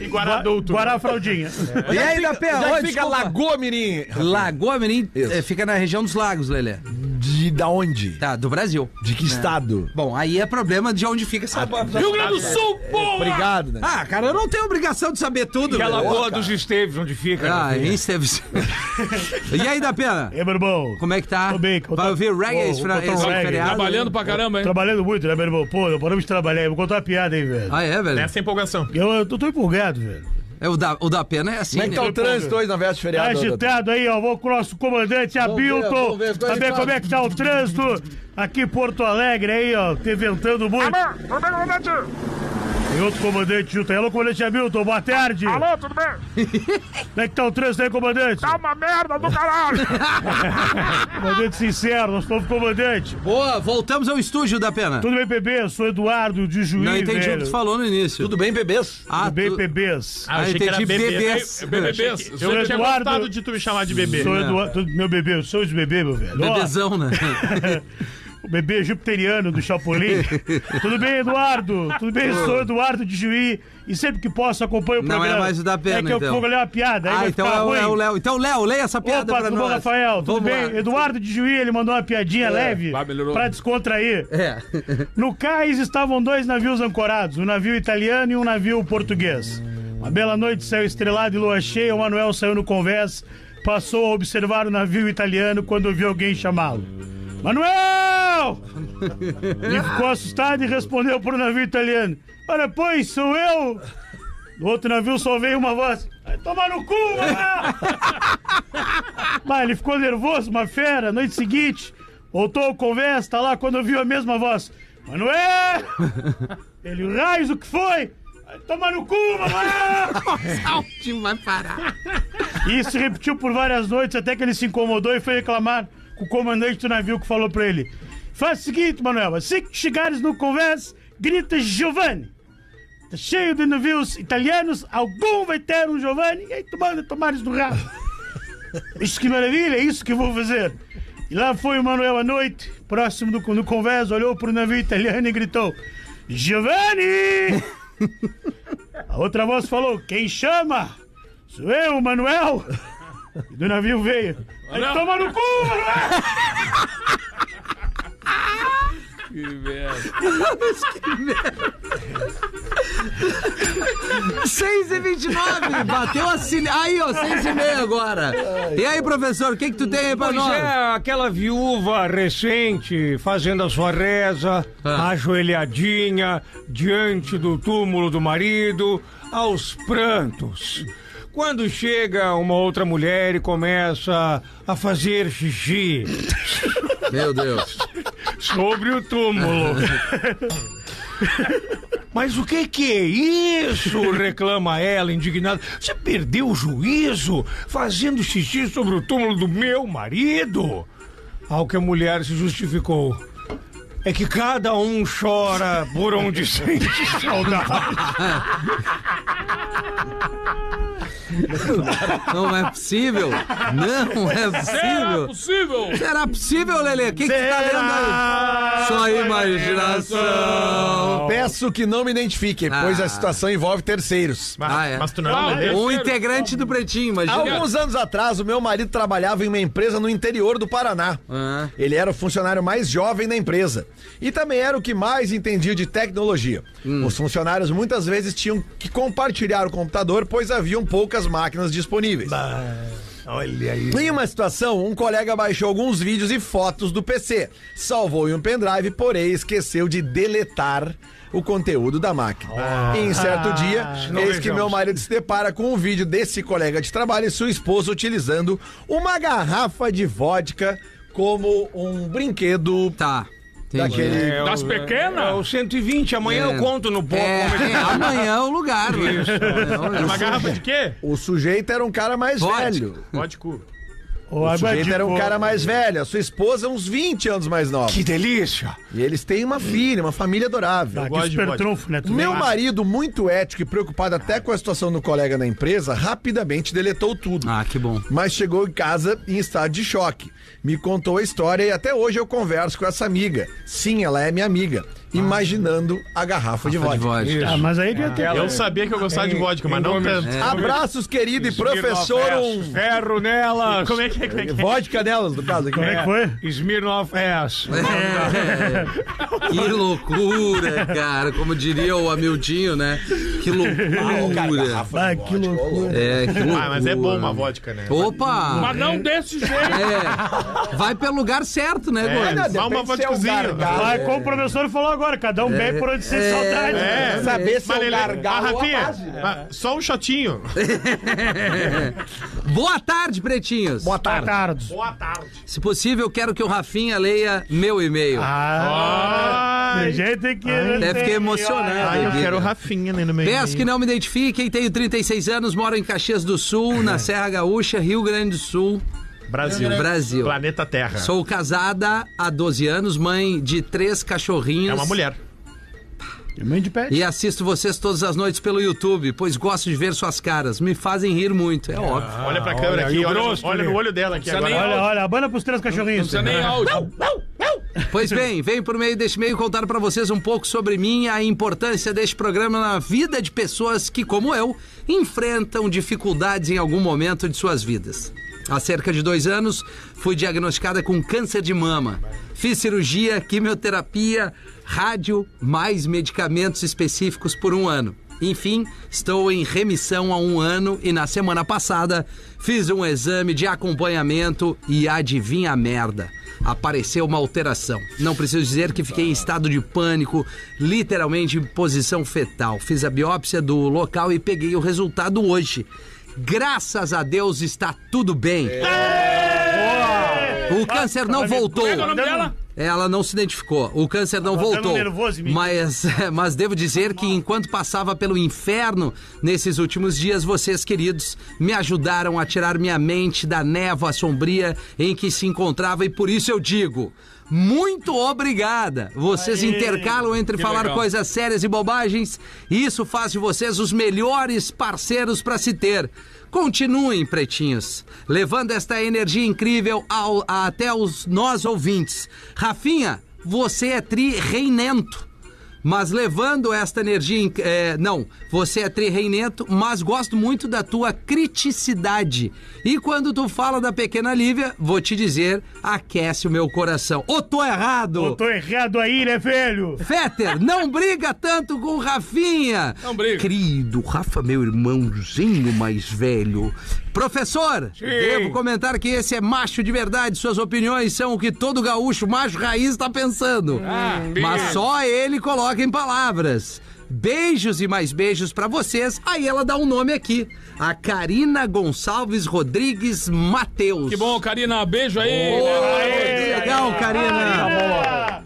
Speaker 7: E
Speaker 4: Gua-
Speaker 7: Guaradulto.
Speaker 4: Guará Fraldinha.
Speaker 3: E aí, da
Speaker 5: Onde é
Speaker 3: PA,
Speaker 5: que fica Lagoa Mirim?
Speaker 3: Lagoa Mirim eh, fica na região dos lagos, Lelê.
Speaker 5: De da onde?
Speaker 3: Tá, do Brasil.
Speaker 5: De que estado? Ah, tá.
Speaker 3: Bom, aí é problema de onde fica essa...
Speaker 6: Rio Grande do Sul, porra!
Speaker 5: Obrigado, né?
Speaker 3: Ah, cara, eu não tenho obrigação de saber tudo.
Speaker 9: Aquela
Speaker 3: Lelê.
Speaker 9: boa dos Esteves, onde fica.
Speaker 3: Ah, isso deve ser. E aí, da pena?
Speaker 4: Ei, meu irmão.
Speaker 3: Como é que tá?
Speaker 4: Tô bem, eu tô-
Speaker 3: Vai ouvir reggae
Speaker 4: Vou-
Speaker 3: esse,
Speaker 4: vou
Speaker 3: fra-
Speaker 4: botar um
Speaker 3: esse
Speaker 4: reggae.
Speaker 3: feriado?
Speaker 6: Trabalhando pra caramba,
Speaker 3: é?
Speaker 6: hein?
Speaker 4: Trabalhando muito, né, meu irmão? Pô, não paramos de trabalhar. Vou contar uma piada aí, velho.
Speaker 3: Ah, é, velho?
Speaker 7: Essa é a empolgação.
Speaker 4: Eu, eu tô, tô empolgado, velho.
Speaker 3: É, o, da, o da pena é assim,
Speaker 5: Como é que tá
Speaker 3: né?
Speaker 5: o trânsito hoje na véspera de
Speaker 4: Tá
Speaker 5: feriado? doutor?
Speaker 4: agitado aí, ó. Vou com o nosso comandante
Speaker 5: ver,
Speaker 4: Abilton.
Speaker 5: vamos ver, coisa
Speaker 4: Saber
Speaker 5: de
Speaker 4: como
Speaker 5: fato.
Speaker 4: é que tá o trânsito aqui em Porto Alegre aí, ó. Tá ventando muito.
Speaker 10: Alô, tudo bem, comandante?
Speaker 4: E outro comandante junto aí. Alô, comandante Abilton, boa tarde.
Speaker 10: Alô, tudo bem?
Speaker 4: Como é que tá o trânsito aí, comandante?
Speaker 10: Tá uma merda do caralho!
Speaker 4: Comandante sincero, nosso novo comandante.
Speaker 3: Boa, voltamos ao estúdio da pena.
Speaker 4: Tudo bem, bebê? Sou Eduardo de Juiz,
Speaker 3: Não entendi o
Speaker 4: velho.
Speaker 3: que tu falou no início.
Speaker 5: Tudo bem, bebês?
Speaker 3: Ah,
Speaker 4: Tudo bem,
Speaker 3: tu-
Speaker 4: bebês?
Speaker 3: Ah, eu
Speaker 7: achei que
Speaker 3: entendi
Speaker 7: era bebê.
Speaker 3: bebês.
Speaker 6: Bebês.
Speaker 7: Eu
Speaker 4: Sou
Speaker 7: não tinha
Speaker 4: Eduardo.
Speaker 7: gostado de tu me chamar de bebê.
Speaker 4: Sou Eduardo, tudo- meu bebê, eu sou de bebê, meu velho. Ó,
Speaker 3: Bebezão, né?
Speaker 4: o bebê jupiteriano do Chapolin. tudo bem, Eduardo? Tudo bem, eu sou Eduardo de Juiz e sempre que posso acompanho o
Speaker 3: Não
Speaker 4: programa.
Speaker 3: era mais o da pena,
Speaker 4: É que eu
Speaker 3: então.
Speaker 4: vou ler uma piada, aí
Speaker 3: ah,
Speaker 4: vai
Speaker 3: então
Speaker 4: ficar
Speaker 3: é o,
Speaker 4: ruim.
Speaker 3: é o Léo. Então, Léo, leia essa piada
Speaker 4: Opa,
Speaker 3: pra
Speaker 4: tudo bom,
Speaker 3: nós.
Speaker 4: Rafael? Tudo
Speaker 3: Vamos
Speaker 4: bem?
Speaker 3: lá.
Speaker 4: Eduardo de Juiz, ele mandou uma piadinha leve
Speaker 6: vai, melhorou.
Speaker 4: pra descontrair.
Speaker 3: É.
Speaker 4: No cais estavam dois navios ancorados, um navio italiano e um navio português. Uma bela noite, céu estrelado e lua cheia, o Manuel saiu no convés, passou a observar o navio italiano quando ouviu alguém chamá-lo. Manuel! E ficou assustado e respondeu para o navio italiano: Olha, pois, sou eu! Do outro navio só veio uma voz: Vai tomar no cu, Manuel! Mas ele ficou nervoso, uma fera. Noite seguinte, voltou ao conversa, tá lá quando ouviu a mesma voz. Manuel! Ele, raios, o que foi? Vai Tomar no cu, Manuel!
Speaker 3: Onde vai parar?
Speaker 4: E isso se repetiu por várias noites, até que ele se incomodou e foi reclamar com o comandante do navio que falou pra ele. Faz o seguinte, Manuel, assim que chegares no conversa, grita Giovanni. Tá cheio de navios italianos, algum vai ter um Giovanni, e aí tu manda tomares no rabo. Isso que maravilha, é isso que eu vou fazer. E lá foi o Manuel à noite, próximo do, do convés, olhou para o navio italiano e gritou: Giovanni! A outra voz falou: Quem chama? Sou eu, Manuel! E do navio veio: Aí toma no cu, Manuel!
Speaker 6: Que merda.
Speaker 3: 6 e 29 bateu a cine... Aí, ó, 6 e meia agora. E aí, professor, o que que tu tem aí pra
Speaker 8: Pois
Speaker 3: nós?
Speaker 8: é, aquela viúva recente fazendo a sua reza,
Speaker 3: Ah.
Speaker 8: ajoelhadinha, diante do túmulo do marido, aos prantos. Quando chega uma outra mulher e começa a fazer xixi
Speaker 3: Meu Deus.
Speaker 8: sobre o túmulo. Mas o que que é isso? Reclama ela, indignada. Você perdeu o juízo fazendo xixi sobre o túmulo do meu marido? Ao que a mulher se justificou. É que cada um chora por onde sente saudade.
Speaker 3: Não é possível. Não é
Speaker 6: É
Speaker 3: possível.
Speaker 6: possível!
Speaker 3: Será possível, Lelê? O que que tu tá lendo aí? Só imaginação.
Speaker 5: Peço que não me identifiquem,
Speaker 3: Ah.
Speaker 5: pois a situação envolve terceiros.
Speaker 7: Mas,
Speaker 3: Ah, é.
Speaker 7: mas tu não é um
Speaker 6: Ah,
Speaker 7: bebê?
Speaker 3: Um integrante do Pretinho,
Speaker 5: Há
Speaker 3: imagina.
Speaker 5: alguns anos atrás, o meu marido trabalhava em uma empresa no interior do Paraná.
Speaker 3: Ah.
Speaker 5: Ele era o funcionário mais jovem da empresa e também era o que mais entendia de tecnologia. Os funcionários muitas vezes tinham que compartilhar o computador, pois haviam poucas máquinas disponíveis.
Speaker 7: Olha aí.
Speaker 5: Em uma situação, um colega baixou alguns vídeos e fotos do PC, salvou em um pendrive, porém esqueceu de deletar o conteúdo da máquina. em certo dia, eis que meu marido se depara com um vídeo desse colega de trabalho e sua esposa utilizando uma garrafa de vodka como um brinquedo
Speaker 3: Tá. Entendi.
Speaker 5: daquele.
Speaker 8: É,
Speaker 6: Das
Speaker 8: o-
Speaker 6: pequenas?
Speaker 8: É o 120, amanhã
Speaker 3: É.
Speaker 8: eu conto no ponto.
Speaker 3: É, é, amanhã é o lugar. né? Amanhã é o lugar.
Speaker 7: Uma garrafa de quê?
Speaker 5: O sujeito era um cara mais
Speaker 3: Vodka.
Speaker 5: velho.
Speaker 7: Vodka.
Speaker 4: Ô,
Speaker 5: O
Speaker 4: Aguadinho,
Speaker 5: sujeito era um
Speaker 4: pô.
Speaker 5: cara mais velho, a sua esposa uns 20 anos mais nova.
Speaker 8: Que delícia!
Speaker 5: E eles têm uma filha, uma família adorável.
Speaker 4: Ah, que
Speaker 7: gosto de
Speaker 4: super
Speaker 7: vodka.
Speaker 4: trunfo, né? Tu
Speaker 5: Meu
Speaker 4: nem-
Speaker 5: marido, muito ético e preocupado até com a situação do colega na empresa, rapidamente deletou tudo.
Speaker 3: Ah, que bom.
Speaker 5: Mas chegou em casa em estado de choque. Me contou a história e até hoje eu converso com essa amiga. Sim, ela é minha amiga. Imaginando a garrafa de
Speaker 3: Tá de
Speaker 5: vodka.
Speaker 3: vodka.
Speaker 4: Ah, mas aí devia
Speaker 5: É.
Speaker 4: ter.
Speaker 7: Eu sabia que eu gostava de vodka, mas não tanto.
Speaker 5: Abraços, querido e professor. um-
Speaker 8: Ferro nelas!
Speaker 7: Como é que é? Como é que é?
Speaker 5: Vodka nelas, no caso aqui.
Speaker 4: Como é que foi?
Speaker 8: Smirnoff S.
Speaker 3: É. Que loucura, cara. Como diria o Amildinho, né? Que loucura.
Speaker 4: Ah, que loucura.
Speaker 3: É, que loucura.
Speaker 7: Ah, mas é bom uma vodka, né?
Speaker 3: Opa!
Speaker 6: Mas não desse jeito!
Speaker 3: É. Vai pelo lugar certo, né,
Speaker 7: É,
Speaker 3: Gomes?
Speaker 7: dá uma
Speaker 5: Depende se é o
Speaker 7: vodkazinha.
Speaker 5: gargalo.
Speaker 4: Mas como o professor falou agora, cada um bebe por onde sente saudade.
Speaker 7: É,
Speaker 4: né?
Speaker 5: Saber se é
Speaker 7: Mas
Speaker 5: o
Speaker 7: ele- Ah,
Speaker 5: gargalo ou a
Speaker 7: Rafinha,
Speaker 5: base, né?
Speaker 7: ah, só um shotinho.
Speaker 3: Boa tarde, pretinhos.
Speaker 5: Boa tarde.
Speaker 4: Tardos.
Speaker 7: Boa tarde.
Speaker 3: Se possível, quero que o Rafinha leia meu e-mail.
Speaker 4: Ah, tem gente que.
Speaker 3: Até fiquei emocionado.
Speaker 7: Ai, eu
Speaker 3: Diga.
Speaker 7: quero Rafinha né, no meio.
Speaker 3: Peço que não me identifiquem, tenho 36 anos, moro em Caxias do Sul,
Speaker 7: É.
Speaker 3: na Serra Gaúcha, Rio Grande do Sul,
Speaker 7: Brasil.
Speaker 3: Brasil.
Speaker 7: Planeta Terra.
Speaker 3: Sou casada há 12 anos, mãe de três cachorrinhos.
Speaker 7: É uma mulher.
Speaker 4: Mãe de pé.
Speaker 3: E assisto vocês todas as noites pelo YouTube, pois gosto de ver suas caras. Me fazem rir muito, é óbvio.
Speaker 7: Ah, olha pra câmera
Speaker 8: aí
Speaker 7: aqui,
Speaker 8: o
Speaker 7: olha,
Speaker 8: grosso,
Speaker 7: olha é
Speaker 8: né?
Speaker 7: no olho dela aqui
Speaker 6: Não precisa
Speaker 7: agora.
Speaker 6: nem-
Speaker 4: Olha, olha, abana pros três
Speaker 6: Não
Speaker 4: cachorrinhos.
Speaker 6: precisa nem áudio.
Speaker 3: Pois bem, venho por meio deste meio contar para vocês um pouco sobre mim e a importância deste programa na vida de pessoas que, como eu, enfrentam dificuldades em algum momento de suas vidas. Há cerca de dois anos, fui diagnosticada com câncer de mama. Fiz cirurgia, quimioterapia, rádio, mais medicamentos específicos por um ano. Enfim, estou em remissão há um ano e na semana passada fiz um exame de acompanhamento e adivinha a merda. Apareceu uma alteração. Não preciso dizer que fiquei em estado de pânico, literalmente em posição fetal. Fiz a biópsia do local e peguei o resultado hoje. Graças a Deus está tudo bem.
Speaker 4: É.
Speaker 3: O câncer
Speaker 4: Tá
Speaker 3: não voltou.
Speaker 6: Como é que é o nome dela?
Speaker 3: Ela não se identificou. O câncer não
Speaker 4: Tá dando
Speaker 3: voltou.
Speaker 4: nervoso em mim.
Speaker 3: Mas, mas devo dizer que enquanto passava pelo inferno nesses últimos dias, vocês queridos me ajudaram a tirar minha mente da névoa sombria em que se encontrava e por isso eu digo. Muito obrigada! Vocês intercalam entre falar
Speaker 6: legal.
Speaker 3: coisas sérias e bobagens, e isso faz de vocês os melhores parceiros para se ter. Continuem, pretinhos, levando esta energia incrível ao- até os nós ouvintes. Rafinha, você é tri reinento. Mas levando esta energia. Em, é, não, você é trirreinento, mas gosto muito da tua criticidade. E quando tu fala da pequena Lívia, vou te dizer, aquece o meu coração. Ô, tô errado!
Speaker 4: Eu tô errado aí, né, velho?
Speaker 3: Fetter, não briga tanto com o Rafinha.
Speaker 6: Não briga.
Speaker 3: Querido, Rafa, meu irmãozinho mais velho. Professor, devo comentar que esse é macho de verdade. Suas opiniões são o que todo gaúcho macho raiz está pensando.
Speaker 6: Ah,
Speaker 3: Mas só ele coloca em palavras. Beijos e mais beijos pra vocês. Aí ela dá um nome aqui. A Karina Gonçalves Rodrigues Mateus.
Speaker 6: Que bom, Karina. Beijo aí. Né?
Speaker 3: Ô,
Speaker 4: Aê,
Speaker 3: legal,
Speaker 4: aê,
Speaker 3: Karina.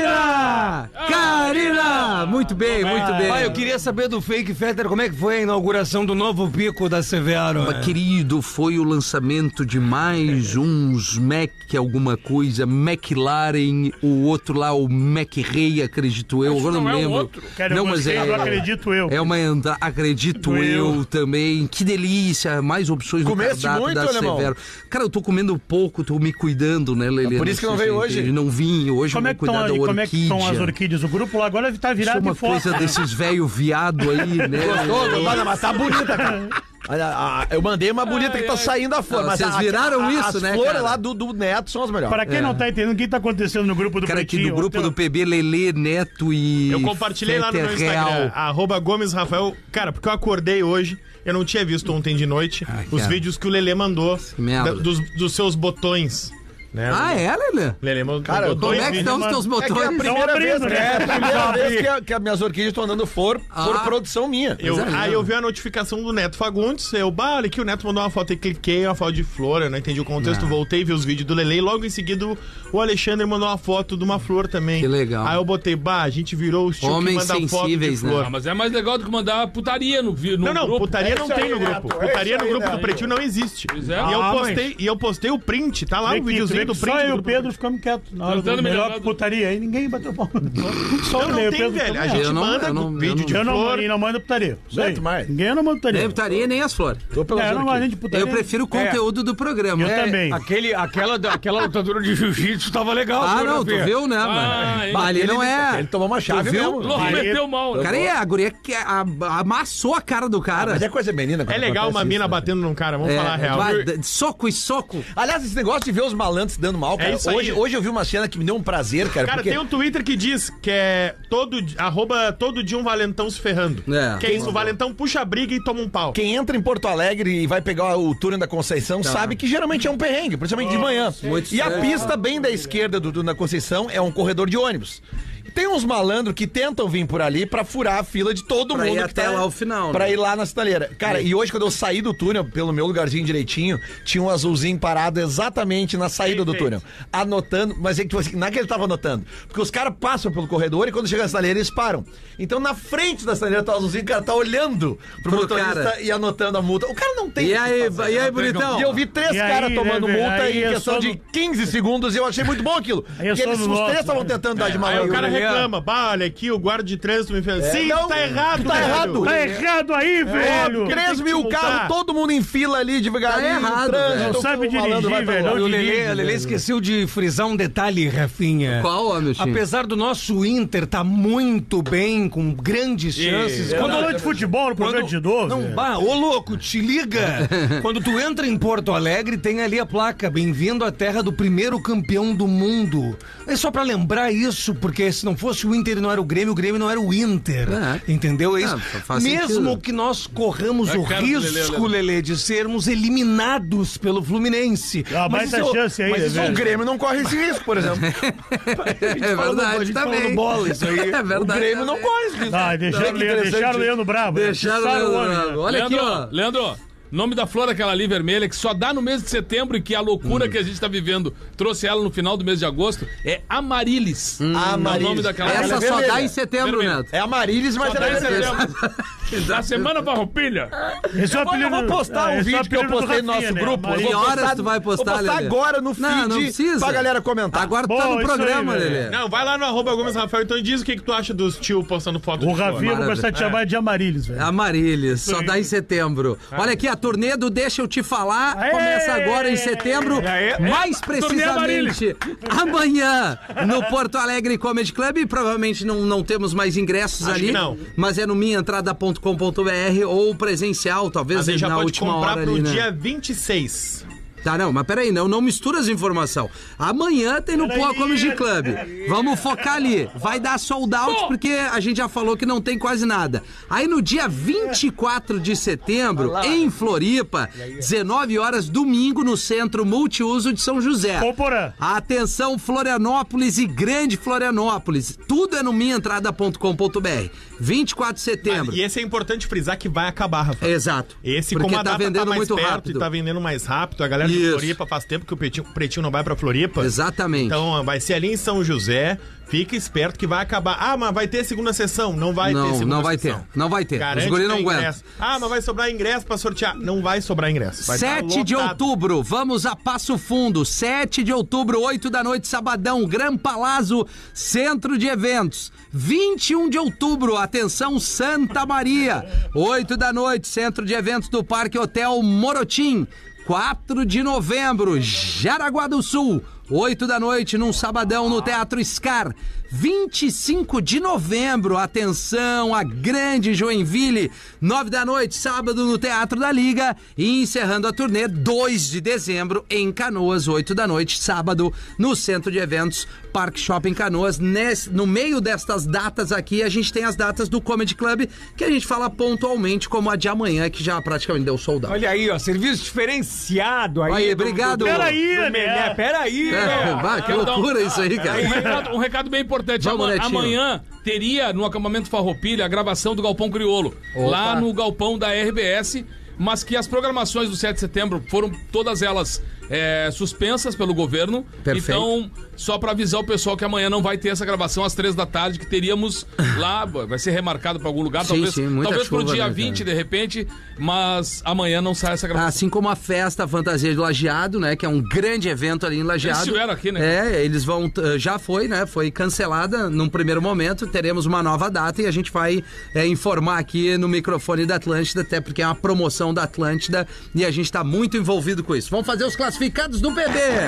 Speaker 3: Karina! Karina! Muito bem, muito bem.
Speaker 12: Pai, eu queria saber do Fake Fetter como é que foi a inauguração do novo pico da Severo. É.
Speaker 3: Mas, Querido, foi o lançamento de mais uns Mac alguma coisa, McLaren, o outro lá, o Mac Rei, acredito eu, agora não,
Speaker 6: não é o
Speaker 3: lembro.
Speaker 6: outro.
Speaker 4: Cara, eu gostei do Acredito Eu.
Speaker 3: É uma entrada, acredito eu.
Speaker 4: Eu.
Speaker 3: também. Que delícia, mais opções
Speaker 1: Comeste
Speaker 3: no cardápio
Speaker 1: muito,
Speaker 3: da
Speaker 1: alemão?
Speaker 3: Severo. Cara, eu tô comendo pouco, tô me cuidando, né, Lelê?
Speaker 1: Por isso que não
Speaker 3: sei
Speaker 1: veio
Speaker 3: se
Speaker 1: hoje?
Speaker 3: entende. Não vim, hoje
Speaker 4: Como
Speaker 3: eu
Speaker 4: é,
Speaker 3: vou
Speaker 4: que estão,
Speaker 3: cuidar da
Speaker 4: aí?
Speaker 3: orquídea.
Speaker 4: como é que estão as orquídeas? O grupo lá agora
Speaker 3: Isso
Speaker 4: tá
Speaker 3: é
Speaker 4: virado
Speaker 3: uma
Speaker 4: de foto.
Speaker 3: coisa desses velho viado aí, né?
Speaker 1: Gostou? Gostou? Mas tá bonita, cara. Olha, a- eu mandei uma bonita que tá saindo da flor.
Speaker 3: Ah,
Speaker 1: mas
Speaker 3: vocês
Speaker 1: a-
Speaker 3: viraram
Speaker 1: a-
Speaker 3: isso,
Speaker 1: as
Speaker 3: né,
Speaker 1: flores
Speaker 3: cara?
Speaker 1: lá do, do Neto são as melhores.
Speaker 4: Pra quem não tá entendendo o que tá acontecendo no grupo do
Speaker 3: É. Cara, aqui
Speaker 4: Pretinho.
Speaker 3: do grupo
Speaker 4: tem-
Speaker 3: do PB, Lelê, Neto e.
Speaker 7: Eu compartilhei lá no meu
Speaker 3: Fetter
Speaker 7: Instagram,
Speaker 3: Real.
Speaker 7: arroba Gomes Rafael. Cara, porque eu acordei hoje, eu não tinha visto ontem de noite
Speaker 3: Ai,
Speaker 7: os
Speaker 3: cara.
Speaker 7: vídeos que o Lele mandou
Speaker 3: merda.
Speaker 7: da- dos, dos seus botões. Né?
Speaker 3: Ah, é, Lelê?
Speaker 7: Lele mandou
Speaker 1: Cara, eu tô-
Speaker 3: Como
Speaker 7: dois
Speaker 3: é que
Speaker 7: vídeos.
Speaker 3: estão os teus
Speaker 1: É que é a
Speaker 3: botões?
Speaker 1: primeira vez,
Speaker 4: abrindo,
Speaker 1: né? É a
Speaker 4: né?
Speaker 1: primeira
Speaker 4: Não
Speaker 1: vez
Speaker 4: abri.
Speaker 1: que, a- que as minhas orquídeas estão andando flor
Speaker 3: Ah.
Speaker 1: por produção minha.
Speaker 7: Eu-
Speaker 3: Pois é,
Speaker 7: aí
Speaker 3: né?
Speaker 7: eu vi a notificação do Neto Fagundes, eu, bah, olha aqui, o Neto mandou uma foto e cliquei, uma foto de flor, eu não entendi o contexto, voltei, vi os vídeos do Lele e logo em seguida o Alexandre mandou uma foto de uma flor também.
Speaker 3: Que legal.
Speaker 7: Aí eu botei, bah, a gente virou os tio que
Speaker 3: Homens
Speaker 7: manda foto de
Speaker 3: sensíveis, né?
Speaker 7: flor.
Speaker 6: Ah, mas é mais legal do que mandar putaria no, vi- no
Speaker 7: Não, não,
Speaker 6: grupo.
Speaker 7: putaria
Speaker 6: É
Speaker 7: não
Speaker 6: isso
Speaker 7: tem
Speaker 6: aí,
Speaker 7: no
Speaker 6: né?
Speaker 7: grupo. putaria no grupo do Pretinho não existe.
Speaker 6: é.
Speaker 7: E, eu
Speaker 8: Ah,
Speaker 7: postei, e eu postei o print, tá lá
Speaker 3: um
Speaker 4: Vê
Speaker 7: o
Speaker 4: que-
Speaker 7: videozinho
Speaker 4: vê né,
Speaker 7: do
Speaker 4: que
Speaker 7: print.
Speaker 4: Só
Speaker 7: do
Speaker 4: eu e o
Speaker 7: grupo.
Speaker 4: Pedro ficamos quietos na hora
Speaker 6: Tentando
Speaker 4: do
Speaker 6: me
Speaker 4: melhor
Speaker 6: lembrar
Speaker 4: que
Speaker 6: do-
Speaker 4: putaria. Aí ninguém bateu pau. Só
Speaker 7: Eu
Speaker 4: o Lele e
Speaker 7: não
Speaker 4: o Pedro.
Speaker 7: tenho, velho. A
Speaker 4: também.
Speaker 7: gente
Speaker 3: Eu não-
Speaker 7: manda
Speaker 3: eu não- eu
Speaker 7: vídeo
Speaker 3: não-
Speaker 7: de
Speaker 4: Eu não,
Speaker 7: flor.
Speaker 4: e não mando putaria. Isso aí.
Speaker 1: Muito mais.
Speaker 4: Ninguém não manda putaria.
Speaker 3: Nem putaria, nem as flores.
Speaker 1: Tô pelas
Speaker 4: É, eu não gosto
Speaker 1: orquídeas.
Speaker 4: nem de putaria.
Speaker 3: tá Eu prefiro o conteúdo do programa.
Speaker 4: Eu também.
Speaker 8: Aquele, aquela, da- aquela lutadora de jiu-jitsu tava legal.
Speaker 3: Ah,
Speaker 8: viu,
Speaker 3: não, tu
Speaker 8: Rafinha?
Speaker 3: viu, né,
Speaker 6: Ah,
Speaker 3: mano?
Speaker 6: ele-
Speaker 3: Bah, ali
Speaker 1: Ele-
Speaker 3: não é.
Speaker 1: Ele tomou uma chave,
Speaker 3: viu?
Speaker 1: viu?
Speaker 6: Louco, meteu mal. né?
Speaker 3: Cara, e a guria que é a- amassou a cara do cara.
Speaker 1: Mas é coisa menina.
Speaker 7: É
Speaker 1: quando
Speaker 7: legal
Speaker 1: acontece
Speaker 7: uma
Speaker 1: isso,
Speaker 7: mina
Speaker 1: né?
Speaker 7: batendo num cara, vamos
Speaker 3: É,
Speaker 7: falar a real.
Speaker 3: bah, de- soco e soco.
Speaker 1: Aliás, esse negócio de ver os malandros se dando mal, cara.
Speaker 7: isso aí.
Speaker 1: hoje, hoje eu vi uma cena que me deu um prazer, cara.
Speaker 7: Cara,
Speaker 1: porque
Speaker 7: tem um Twitter que diz que é todo, di- arroba todo dia um valentão se ferrando.
Speaker 3: É.
Speaker 7: Que é isso, o valentão puxa a briga e toma um pau.
Speaker 1: quem entra em Porto Alegre e vai pegar o túnel da Conceição sabe que geralmente é um perrengue, principalmente de manhã.
Speaker 3: Tá. Muito
Speaker 1: e a
Speaker 3: sério.
Speaker 1: pista bem da esquerda do túnel da Conceição é um corredor de ônibus. E Tem uns malandros que tentam vir por ali pra furar a fila de todo
Speaker 3: Pra
Speaker 1: mundo.
Speaker 3: ir
Speaker 1: que tá
Speaker 3: até lá ao final,
Speaker 1: Pra
Speaker 3: né?
Speaker 1: ir lá na sinaleira. Cara, e hoje quando eu saí do túnel, pelo meu lugarzinho direitinho, tinha um azulzinho parado exatamente na saída do túnel. Anotando, mas é que, tipo assim, não é que ele tava anotando. Porque os caras passam pelo corredor e quando chega na sinaleira eles param. Então na frente da sinaleira tá o azulzinho, o cara tá olhando pro,
Speaker 3: Pro
Speaker 1: motorista
Speaker 3: cara.
Speaker 1: e anotando a multa. O cara não tem.
Speaker 3: E
Speaker 1: o que
Speaker 3: aí,
Speaker 1: fazer. né?
Speaker 3: e aí, bonitão?
Speaker 1: E eu vi três
Speaker 4: E aí,
Speaker 1: caras
Speaker 4: né,
Speaker 1: tomando
Speaker 4: velho?
Speaker 1: multa
Speaker 4: Aí
Speaker 1: em
Speaker 4: é
Speaker 1: questão
Speaker 4: só
Speaker 1: de
Speaker 4: no-
Speaker 1: 15 segundos e eu achei muito bom aquilo. Porque
Speaker 4: Aí é só
Speaker 1: eles,
Speaker 4: no
Speaker 1: os
Speaker 4: nosso,
Speaker 1: três estavam
Speaker 4: né?
Speaker 1: tentando dar de
Speaker 7: Aí o
Speaker 1: malandro.
Speaker 7: cara
Speaker 1: né?
Speaker 7: reclama, bah, olha aqui, o guarda de trânsito me fez. Sim,
Speaker 1: É. não,
Speaker 7: tá errado,
Speaker 1: tá
Speaker 7: velho.
Speaker 1: errado.
Speaker 4: Tá errado aí,
Speaker 7: É,
Speaker 4: velho.
Speaker 1: 3
Speaker 7: Tem
Speaker 1: mil
Speaker 7: que te multar.
Speaker 1: carros, todo mundo em fila ali devagarinho.
Speaker 3: Tá errado,
Speaker 1: no trânsito,
Speaker 3: velho.
Speaker 4: Não sabe
Speaker 1: o malandro
Speaker 4: dirigir,
Speaker 1: vai pra
Speaker 4: velho.
Speaker 1: lá.
Speaker 4: Não
Speaker 8: E o
Speaker 4: dirige,
Speaker 8: Lelê, o Lelê
Speaker 4: velho.
Speaker 8: esqueceu de frisar um detalhe, Rafinha.
Speaker 3: Qual, ó, meu time?
Speaker 8: Apesar do nosso Inter tá muito bem, com grandes chances.
Speaker 6: é
Speaker 4: Quando falou de futebol no programa de idoso.
Speaker 8: não,
Speaker 4: velho.
Speaker 8: bah, ô louco, te liga! Quando tu entra em Porto Alegre, tem ali a placa, bem-vindo à terra do primeiro campeão do mundo. É só pra lembrar isso, porque se não fosse o Inter e não era o Grêmio, o Grêmio não era o Inter.
Speaker 3: É.
Speaker 8: Entendeu? É
Speaker 3: Ah,
Speaker 8: isso.
Speaker 3: faz
Speaker 8: Mesmo
Speaker 3: sentido.
Speaker 8: que nós corramos
Speaker 6: É
Speaker 8: o
Speaker 6: cara do Lelê,
Speaker 8: risco, Lelê, de sermos eliminados pelo Fluminense.
Speaker 4: Ah, baita
Speaker 8: isso-
Speaker 4: chance aí,
Speaker 8: mas
Speaker 4: né,
Speaker 8: isso
Speaker 4: velho?
Speaker 1: O Grêmio não corre esse risco, por exemplo.
Speaker 3: É verdade,
Speaker 8: gente falando
Speaker 3: também.
Speaker 8: bola, isso aí.
Speaker 3: É
Speaker 1: O
Speaker 3: verdade.
Speaker 1: Grêmio tá não
Speaker 3: também.
Speaker 1: corre esse risco.
Speaker 4: Ah,
Speaker 1: Olha
Speaker 4: deixaram,
Speaker 1: que
Speaker 4: o Leandro- deixaram o
Speaker 1: interessante.
Speaker 4: Leandro bravo. né?
Speaker 3: Deixaram
Speaker 4: Expulsaram
Speaker 3: o
Speaker 4: homem,
Speaker 3: Leandro.
Speaker 4: né?
Speaker 3: Olha aqui,
Speaker 6: Leandro,
Speaker 3: ó.
Speaker 6: Leandro, nome da flor é aquela ali vermelha que só dá no mês de setembro e que a loucura que a gente tá vivendo trouxe ela no final do mês de agosto é Amarilis. É o
Speaker 1: Amarilis.
Speaker 6: nome daquela
Speaker 1: Ela
Speaker 3: Essa
Speaker 1: é
Speaker 3: só
Speaker 1: vermelha.
Speaker 3: dá em setembro,
Speaker 6: Vermelha.
Speaker 3: Neto.
Speaker 1: É a Marilis, mas
Speaker 6: Só
Speaker 1: ela
Speaker 6: dá
Speaker 1: é
Speaker 6: em
Speaker 1: vermelha.
Speaker 6: setembro. Da semana farroupilha.
Speaker 4: Esse é o
Speaker 9: Olha, eu vou
Speaker 4: apelido-
Speaker 9: postar
Speaker 4: é,
Speaker 9: um
Speaker 4: esse é o
Speaker 9: vídeo que eu
Speaker 4: apelido do
Speaker 9: postei no
Speaker 4: Rafinha,
Speaker 9: nosso
Speaker 4: né?
Speaker 9: grupo.
Speaker 4: Mas-
Speaker 9: Eu
Speaker 3: Que
Speaker 9: vou
Speaker 3: horas
Speaker 9: postar-
Speaker 3: tu vai postar,
Speaker 5: Vou postar
Speaker 3: Lelê?
Speaker 5: agora no feed
Speaker 3: Não, não precisa.
Speaker 5: pra galera comentar.
Speaker 3: Agora tu
Speaker 4: Bom,
Speaker 3: tá no
Speaker 4: isso aí,
Speaker 3: programa,
Speaker 4: velho.
Speaker 3: Lelê.
Speaker 7: Não, vai lá no arroba Gomes Rafael, então diz o que, que tu acha dos tio postando foto
Speaker 4: O
Speaker 7: de
Speaker 4: Rafinha, eu vou começar a te chamar de Amarilhos, velho.
Speaker 3: Amarilhos, É só dá em setembro. Olha aqui, a turnê do Deixa Eu Te Falar
Speaker 4: Aê!
Speaker 3: começa agora em setembro,
Speaker 8: Aê!
Speaker 3: mais precisamente amanhã no Porto Alegre Comedy Club. E provavelmente não, não temos mais ingressos ali,
Speaker 7: que não.
Speaker 3: mas é no minhaentrada.com.br ou presencial, talvez
Speaker 7: Mas aí já
Speaker 3: na
Speaker 7: pode
Speaker 3: última
Speaker 7: comprar
Speaker 3: hora
Speaker 7: pro
Speaker 3: ali, né?
Speaker 7: dia 26.
Speaker 3: Tá, não, mas peraí, não, não mistura as informações. Amanhã tem no Poa
Speaker 4: Peraí.
Speaker 3: Comedy Club. Vamos focar ali. Vai dar sold out, porque a gente já falou que não tem quase nada. Aí no dia 24 de setembro, em Floripa, 19 horas, domingo, no Centro Multiuso de São José.
Speaker 4: Ô, Porã.
Speaker 3: Atenção, Florianópolis e Grande Florianópolis. Tudo é no minhaentrada.com.br. 24 de setembro.
Speaker 7: E esse é importante frisar que vai acabar, Rafael.
Speaker 3: Exato.
Speaker 7: Esse,
Speaker 3: É, porque
Speaker 7: como a
Speaker 3: tá
Speaker 7: data
Speaker 3: vendendo
Speaker 7: tá mais
Speaker 3: muito
Speaker 7: perto
Speaker 3: rápido.
Speaker 7: e tá vendendo mais rápido, a galera de
Speaker 3: Isso.
Speaker 7: Floripa faz tempo que o Pretinho, Pretinho não vai pra Floripa.
Speaker 3: Exatamente.
Speaker 7: Então vai ser ali em São José, fica esperto que vai acabar. Ah, mas vai ter segunda sessão? Não vai ter
Speaker 3: não,
Speaker 7: segunda
Speaker 3: não vai ter.
Speaker 7: sessão.
Speaker 3: Não vai ter.
Speaker 7: Garante
Speaker 3: Os guri
Speaker 7: que
Speaker 3: não
Speaker 7: tem
Speaker 3: aguentam.
Speaker 7: ingresso. Ah, mas vai sobrar ingresso pra sortear. Não vai sobrar ingresso. Vai tá
Speaker 3: 7 de
Speaker 7: lotado.
Speaker 3: outubro, vamos a Passo Fundo. 7 de outubro, 8 da noite, sabadão, Gran Palazzo, Centro de Eventos. 21 de outubro, atenção, Santa Maria. 8 da noite, Centro de Eventos do Parque Hotel Morotim. 4 de novembro, Jaraguá do Sul. 8 da noite, num sabadão no Teatro Scar. 25 de novembro, atenção, a grande Joinville. 9 da noite, sábado, no Teatro da Liga. E encerrando a turnê, 2 de dezembro, em Canoas. 8 da noite, sábado, no Centro de Eventos Park Shopping Canoas. Nes- no meio destas datas aqui, a gente tem as datas do Comedy Club, que a gente fala pontualmente, como a de amanhã, que já praticamente deu soldado.
Speaker 8: Olha aí, ó, serviço diferenciado aí.
Speaker 3: Aí,
Speaker 8: do-
Speaker 3: obrigado.
Speaker 8: do- do-
Speaker 4: Peraí,
Speaker 8: do Melé.
Speaker 4: né?
Speaker 8: Peraí,
Speaker 3: É,
Speaker 8: velho.
Speaker 3: bah, que
Speaker 6: Então,
Speaker 3: loucura isso aí,
Speaker 6: Um
Speaker 3: cara.
Speaker 6: recado, um recado bem importante.
Speaker 3: Vamos,
Speaker 6: Ama-
Speaker 3: Netinho.
Speaker 6: amanhã teria no acampamento Farroupilha a gravação do Galpão Criolo,
Speaker 3: Opa.
Speaker 6: lá no galpão da RBS, mas que as programações do 7 de setembro foram todas elas é, suspensas pelo governo.
Speaker 3: Perfeito.
Speaker 6: Então, só pra avisar o pessoal que amanhã não vai ter essa gravação às três da tarde que teríamos lá, vai ser remarcado pra algum lugar,
Speaker 3: Sim,
Speaker 6: talvez,
Speaker 3: sim, muita
Speaker 6: talvez pro
Speaker 3: chuva,
Speaker 6: dia
Speaker 3: né,
Speaker 6: 20
Speaker 3: cara?
Speaker 6: de repente, mas amanhã não sai essa gravação.
Speaker 3: Assim como a festa Fantasia de Lajeado, né? Que é um grande evento ali em Lajeado.
Speaker 6: Eles estiveram aqui, né?
Speaker 3: É, eles vão. t- Já foi, né? Foi cancelada num primeiro momento. Teremos uma nova data e a gente vai é, informar aqui no microfone da Atlântida, até porque é uma promoção da Atlântida e a gente tá muito envolvido com isso. Vamos fazer os classificados do bebê!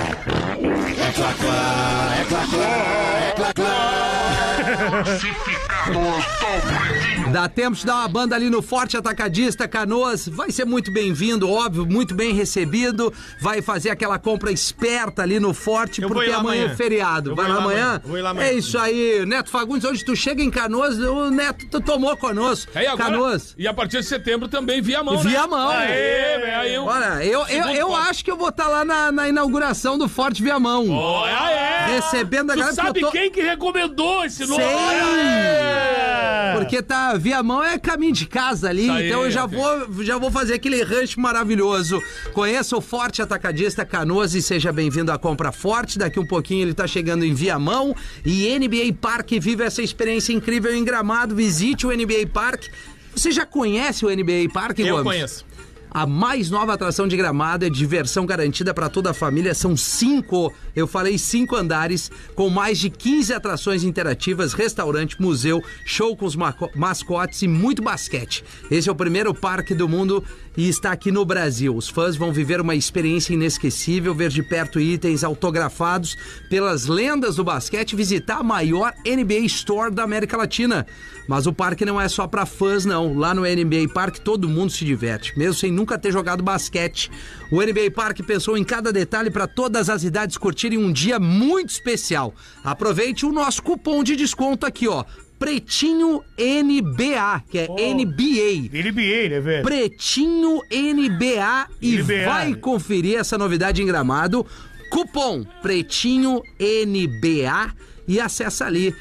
Speaker 3: Dá tempo de dar uma banda ali no Forte Atacadista Canoas. Vai ser muito bem-vindo, óbvio, muito bem recebido. Vai fazer aquela compra esperta ali no Forte,
Speaker 7: Eu vou
Speaker 3: porque
Speaker 7: ir lá
Speaker 3: amanhã, é
Speaker 7: amanhã.
Speaker 3: feriado.
Speaker 7: Eu
Speaker 3: Vai
Speaker 7: vou
Speaker 3: lá
Speaker 7: ir lá
Speaker 3: amanhã?
Speaker 7: amanhã. Eu vou ir lá amanhã.
Speaker 3: É isso aí, Neto Fagundes. Hoje tu chega em Canoas, o Neto tu tomou conosco.
Speaker 7: É,
Speaker 6: Aí agora-
Speaker 3: Canoas.
Speaker 6: É, E a partir de setembro também via mão.
Speaker 3: Via
Speaker 6: né?
Speaker 3: mão.
Speaker 6: Aê, velho, aí um eu-
Speaker 3: Olha, eu, eu,
Speaker 6: Segundo
Speaker 3: eu
Speaker 6: ponto.
Speaker 3: acho que eu vou estar lá na, na inauguração do Forte Viamão.
Speaker 6: Olha, é!
Speaker 3: Recebendo a
Speaker 6: Tu
Speaker 3: galera, porque
Speaker 6: sabe
Speaker 3: eu tô-
Speaker 6: quem que recomendou esse nome?
Speaker 3: Sim! Porque tá, Viamão é caminho de casa ali,
Speaker 6: Isso aí,
Speaker 3: então eu já
Speaker 6: ok.
Speaker 3: vou, já vou fazer aquele rancho maravilhoso. Conheça o Forte Atacadista Canoas e seja bem-vindo à Compra Forte. Daqui um pouquinho ele tá chegando em Viamão. E NBA Parque, vive essa experiência incrível em Gramado. Visite o NBA Parque. Você já conhece o NBA Parque,
Speaker 7: Eu
Speaker 3: Gomes?
Speaker 7: conheço.
Speaker 3: A mais nova atração de Gramado é diversão garantida para toda a família. São cinco, eu falei cinco andares, com mais de 15 atrações interativas, restaurante, museu, show com os maco- mascotes e muito basquete. Esse é o primeiro parque do mundo e está aqui no Brasil. Os fãs vão viver uma experiência inesquecível, ver de perto itens autografados pelas lendas do basquete e visitar a maior NBA Store da América Latina. Mas o parque não é só para fãs, não. Lá no NBA Parque todo mundo se diverte, mesmo sem nunca ter jogado basquete. O NBA Parque pensou em cada detalhe para todas as idades curtirem um dia muito especial. Aproveite o nosso cupom de desconto aqui, ó. Pretinho NBA, que é NBA.
Speaker 4: NBA, né, velho?
Speaker 3: Pretinho NBA e
Speaker 4: NBA.
Speaker 3: vai conferir essa novidade em gramado. Cupom Pretinho NBA e acessa ali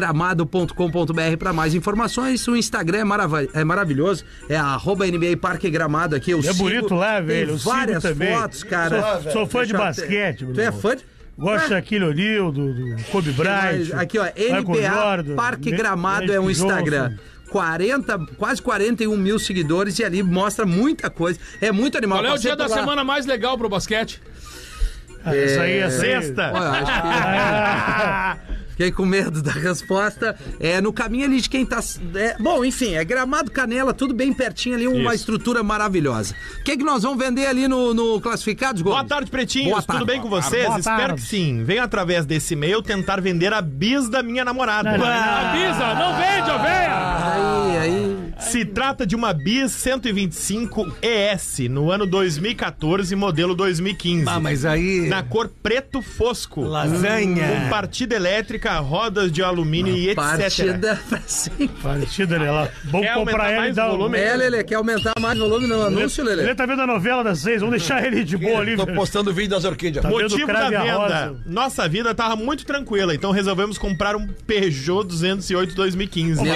Speaker 3: nbaparquegramado.com.br para mais informações. O Instagram é, marava- é maravilhoso, é arroba NBA Parque Gramado aqui. Eu
Speaker 4: É
Speaker 3: sigo,
Speaker 4: bonito lá,
Speaker 3: tem
Speaker 4: velho, eu sigo
Speaker 3: várias
Speaker 4: também.
Speaker 3: fotos, cara.
Speaker 4: Sou- sou fã de
Speaker 3: Deixa eu-
Speaker 4: basquete,
Speaker 3: Tu é
Speaker 4: Bruno.
Speaker 3: fã de...
Speaker 4: Gosto de Shaquille O'Neal, do, do Kobe Bryant.
Speaker 3: Aqui, ó,
Speaker 4: Michael
Speaker 3: NBA
Speaker 4: Jordan,
Speaker 3: Parque
Speaker 4: Ma-
Speaker 3: Gramado é um
Speaker 4: Magic
Speaker 3: Instagram.
Speaker 4: Johnson.
Speaker 3: 40, quase 41 mil seguidores e ali mostra muita coisa. É muito animal.
Speaker 6: Qual é o
Speaker 3: Passei
Speaker 6: dia da
Speaker 3: por lá.
Speaker 6: semana mais legal pro basquete?
Speaker 4: Ah, Isso aí é
Speaker 3: Ó, eu
Speaker 4: sexta.
Speaker 3: acho que- Fiquei com medo da resposta. É no caminho ali de quem tá. é, bom, enfim, é gramado, canela, tudo bem pertinho ali, uma estrutura maravilhosa. O que, que nós vamos vender ali no, no Classificados, Gomes?
Speaker 7: Boa tarde, pretinhos.
Speaker 3: Boa tarde.
Speaker 7: Tudo bem com vocês?
Speaker 4: Boa
Speaker 7: Espero
Speaker 4: tarde.
Speaker 7: que sim. Venho através desse e-mail tentar vender a bis da minha namorada.
Speaker 6: Avisa, não vende, ovelha!
Speaker 3: Aí, aí.
Speaker 7: Se trata de uma bis 125 ES no ano 2014, modelo 2015.
Speaker 9: Ah, mas aí.
Speaker 7: Na cor preto fosco. Com
Speaker 9: Lasanha.
Speaker 7: partida elétrica, rodas de alumínio e etc.
Speaker 6: Ah,
Speaker 3: Partida pra cima.
Speaker 4: Partida, né? Lá. Bom
Speaker 7: Quer
Speaker 4: comprar
Speaker 7: aumentar
Speaker 4: ele e
Speaker 7: mais
Speaker 4: dar
Speaker 7: o
Speaker 4: o
Speaker 7: volume?
Speaker 3: É, Lelê, quer aumentar mais o volume no anúncio,
Speaker 4: Ele,
Speaker 3: Lelê?
Speaker 4: tá vendo a novela das seis, vamos deixar ele de boa ali.
Speaker 5: Tô
Speaker 4: velho.
Speaker 5: postando vídeo das orquídeas.
Speaker 4: Tá vendo
Speaker 7: Motivo da
Speaker 4: cravo e a
Speaker 7: venda.
Speaker 4: rosa?
Speaker 7: Nossa vida tava muito tranquila, então resolvemos comprar um Peugeot 208 2015.
Speaker 4: Vem,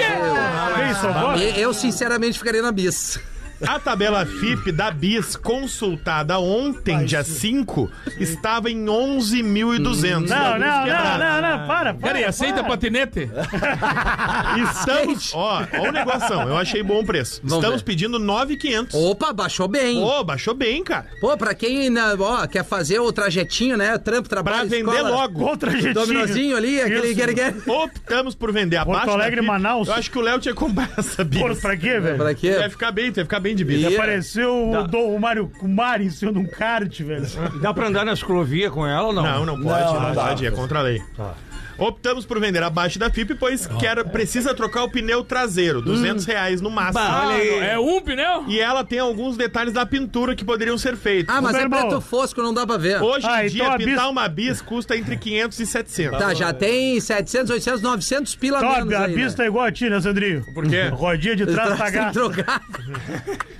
Speaker 4: só
Speaker 5: Ah,
Speaker 4: bota.
Speaker 3: Eu, eu, sinceramente, ficaria na bis.
Speaker 7: A tabela FIP da BIS consultada ontem, dia 5, estava em 11.200.
Speaker 4: Não, não, não, não, não, para, para.
Speaker 6: Peraí, aceita
Speaker 4: para.
Speaker 6: patinete?
Speaker 7: Estamos, ó, ó o negoção, eu achei bom o preço.
Speaker 3: Vamos
Speaker 7: Estamos
Speaker 3: ver.
Speaker 7: pedindo 9.500.
Speaker 3: Opa, baixou bem.
Speaker 7: Pô, baixou bem, cara.
Speaker 3: Pô, pra quem na- ó, quer fazer o trajetinho, né? Trampo, trabalho,
Speaker 7: Pra vender
Speaker 3: escola,
Speaker 7: logo.
Speaker 4: Contra a
Speaker 3: Dominozinho ali, aquele
Speaker 4: Isso.
Speaker 3: guerre, guerre.
Speaker 7: Optamos por vender abaixo. da
Speaker 4: Alegre,
Speaker 7: FIP.
Speaker 4: Manaus.
Speaker 7: Eu acho que o Léo tinha que comprar essa
Speaker 4: Porra,
Speaker 7: BIS.
Speaker 4: pra quê,
Speaker 3: Pra
Speaker 4: velho?
Speaker 3: quê?
Speaker 7: Vai ficar bem, vai ficar bem de BIS.
Speaker 3: E-
Speaker 4: Apareceu o, do, o Mário o Mário em cima de um kart, velho.
Speaker 8: Dá pra andar na ciclovia com ela ou não?
Speaker 7: Não, não pode, não, pode, é contra a lei. Optamos por vender abaixo da FIP, pois quer, precisa trocar o pneu traseiro, 200 reais no máximo.
Speaker 6: É um pneu?
Speaker 7: E ela tem alguns detalhes da pintura que poderiam ser feitos.
Speaker 3: Ah, mas
Speaker 4: Ô,
Speaker 3: é
Speaker 4: meu irmão.
Speaker 3: preto fosco, não dá pra ver.
Speaker 7: Hoje
Speaker 4: Ah,
Speaker 7: em
Speaker 4: então
Speaker 7: dia,
Speaker 4: a bis-
Speaker 7: pintar uma bis custa entre 500 e 700.
Speaker 3: Tá, já tem 700, 800, 900 pila
Speaker 4: Top,
Speaker 3: menos
Speaker 4: a
Speaker 3: aí,
Speaker 4: pista
Speaker 3: né?
Speaker 4: é igual a ti, né, Sandrinho?
Speaker 7: Por quê?
Speaker 4: Rodinha de trás tá
Speaker 3: Tem que
Speaker 4: gasta.
Speaker 3: trocar.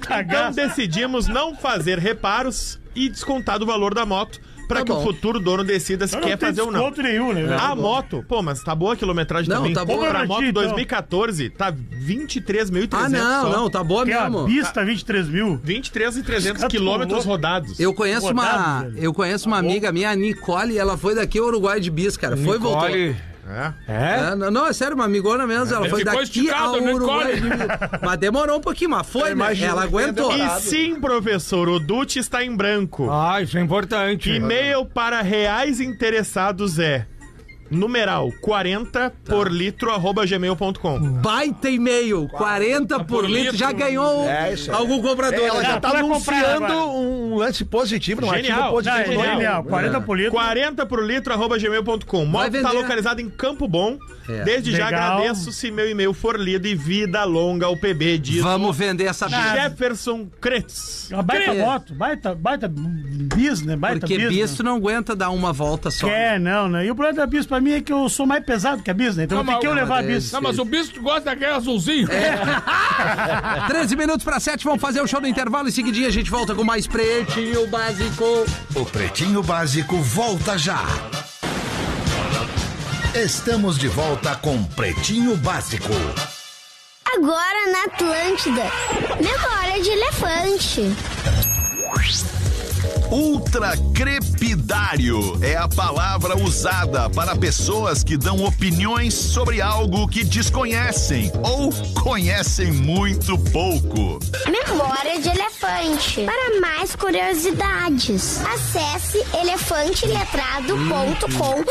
Speaker 4: Tá
Speaker 7: Então
Speaker 4: gasta.
Speaker 7: decidimos não fazer reparos e descontar do valor da moto para
Speaker 3: Tá
Speaker 7: que
Speaker 3: bom.
Speaker 7: o futuro dono decida se
Speaker 4: Não
Speaker 7: quer
Speaker 4: tem
Speaker 7: fazer ou não.
Speaker 4: desconto nenhum,
Speaker 5: Ah,
Speaker 4: né? velho?
Speaker 7: A moto, pô, mas tá boa a quilometragem
Speaker 3: Não,
Speaker 7: também.
Speaker 3: tá boa.
Speaker 7: Pra moto
Speaker 4: Então.
Speaker 7: 2014, tá 23.300
Speaker 3: Ah, não, não, tá boa
Speaker 4: Tem a
Speaker 3: mesmo.
Speaker 4: pista 23 mil.
Speaker 7: 23.300
Speaker 4: Cara, tu
Speaker 7: quilômetros
Speaker 4: louco.
Speaker 7: rodados.
Speaker 3: Eu conheço uma,
Speaker 4: Rodado, velho.
Speaker 3: eu conheço uma amiga minha, a Nicole, ela foi daqui ao Uruguai de bis, cara. Foi e voltou.
Speaker 8: Olha.
Speaker 7: É.
Speaker 8: É?
Speaker 3: É, não, não, é sério, uma amigona mesmo, ela foi
Speaker 6: ficou
Speaker 3: daqui ao
Speaker 6: esticado, né,
Speaker 3: Uruguai de bis. Mas demorou um pouquinho, mas foi, né?
Speaker 5: imagino
Speaker 3: Ela
Speaker 5: que tenha
Speaker 3: aguentou.
Speaker 7: E sim, professor, o Dutti está em branco.
Speaker 8: Ah, isso é importante.
Speaker 7: E-mail para reais interessados é numeral 40 por litro arroba gmail.com.
Speaker 3: Baita e meio, 40 por,
Speaker 6: por
Speaker 3: litro,
Speaker 6: litro.
Speaker 3: já ganhou um,
Speaker 5: É, isso aí.
Speaker 3: algum comprador.
Speaker 5: Ela
Speaker 3: né?
Speaker 5: já
Speaker 4: Ah,
Speaker 5: tá
Speaker 4: tu vai comprar ela
Speaker 5: anunciando
Speaker 4: agora.
Speaker 5: um lance positivo, um
Speaker 7: Genial.
Speaker 5: ativo
Speaker 4: Não, é
Speaker 5: positivo.
Speaker 4: genial. 40 por litro.
Speaker 7: 40 por litro arroba gmail.com.
Speaker 3: Vai
Speaker 7: Moto está
Speaker 3: vender.
Speaker 7: tá localizado em Campo Bom.
Speaker 3: É.
Speaker 7: Desde já
Speaker 4: Legal.
Speaker 7: agradeço se meu e-mail for lido e vida longa ao PB diz
Speaker 3: Vamos vender essa bis.
Speaker 7: Jefferson Kretz.
Speaker 4: Uma baita
Speaker 3: Cria.
Speaker 4: moto, baita, baita bis, né? Baita
Speaker 3: Porque
Speaker 4: bis.
Speaker 3: bis tu não aguenta dar uma volta só.
Speaker 4: né? É, não, né? E o problema da bis pra mim é que eu sou mais pesado que a bis, né? Então
Speaker 6: Não,
Speaker 4: tem que eu
Speaker 6: mas-
Speaker 4: levar a
Speaker 3: mas é
Speaker 4: bis.
Speaker 6: Não, mas o bispo gosta daquele azulzinho.
Speaker 3: 13 minutos para 7, vamos fazer o show do intervalo. Em seguidinha a gente volta com mais pretinho básico.
Speaker 1: O Pretinho Básico volta já. Estamos de volta com Pretinho Básico.
Speaker 11: Agora na Atlântida. Memória de elefante.
Speaker 1: Ultracrepidário é a palavra usada para pessoas que dão opiniões sobre algo que desconhecem ou conhecem muito pouco.
Speaker 11: Memória de elefante. Para mais curiosidades, acesse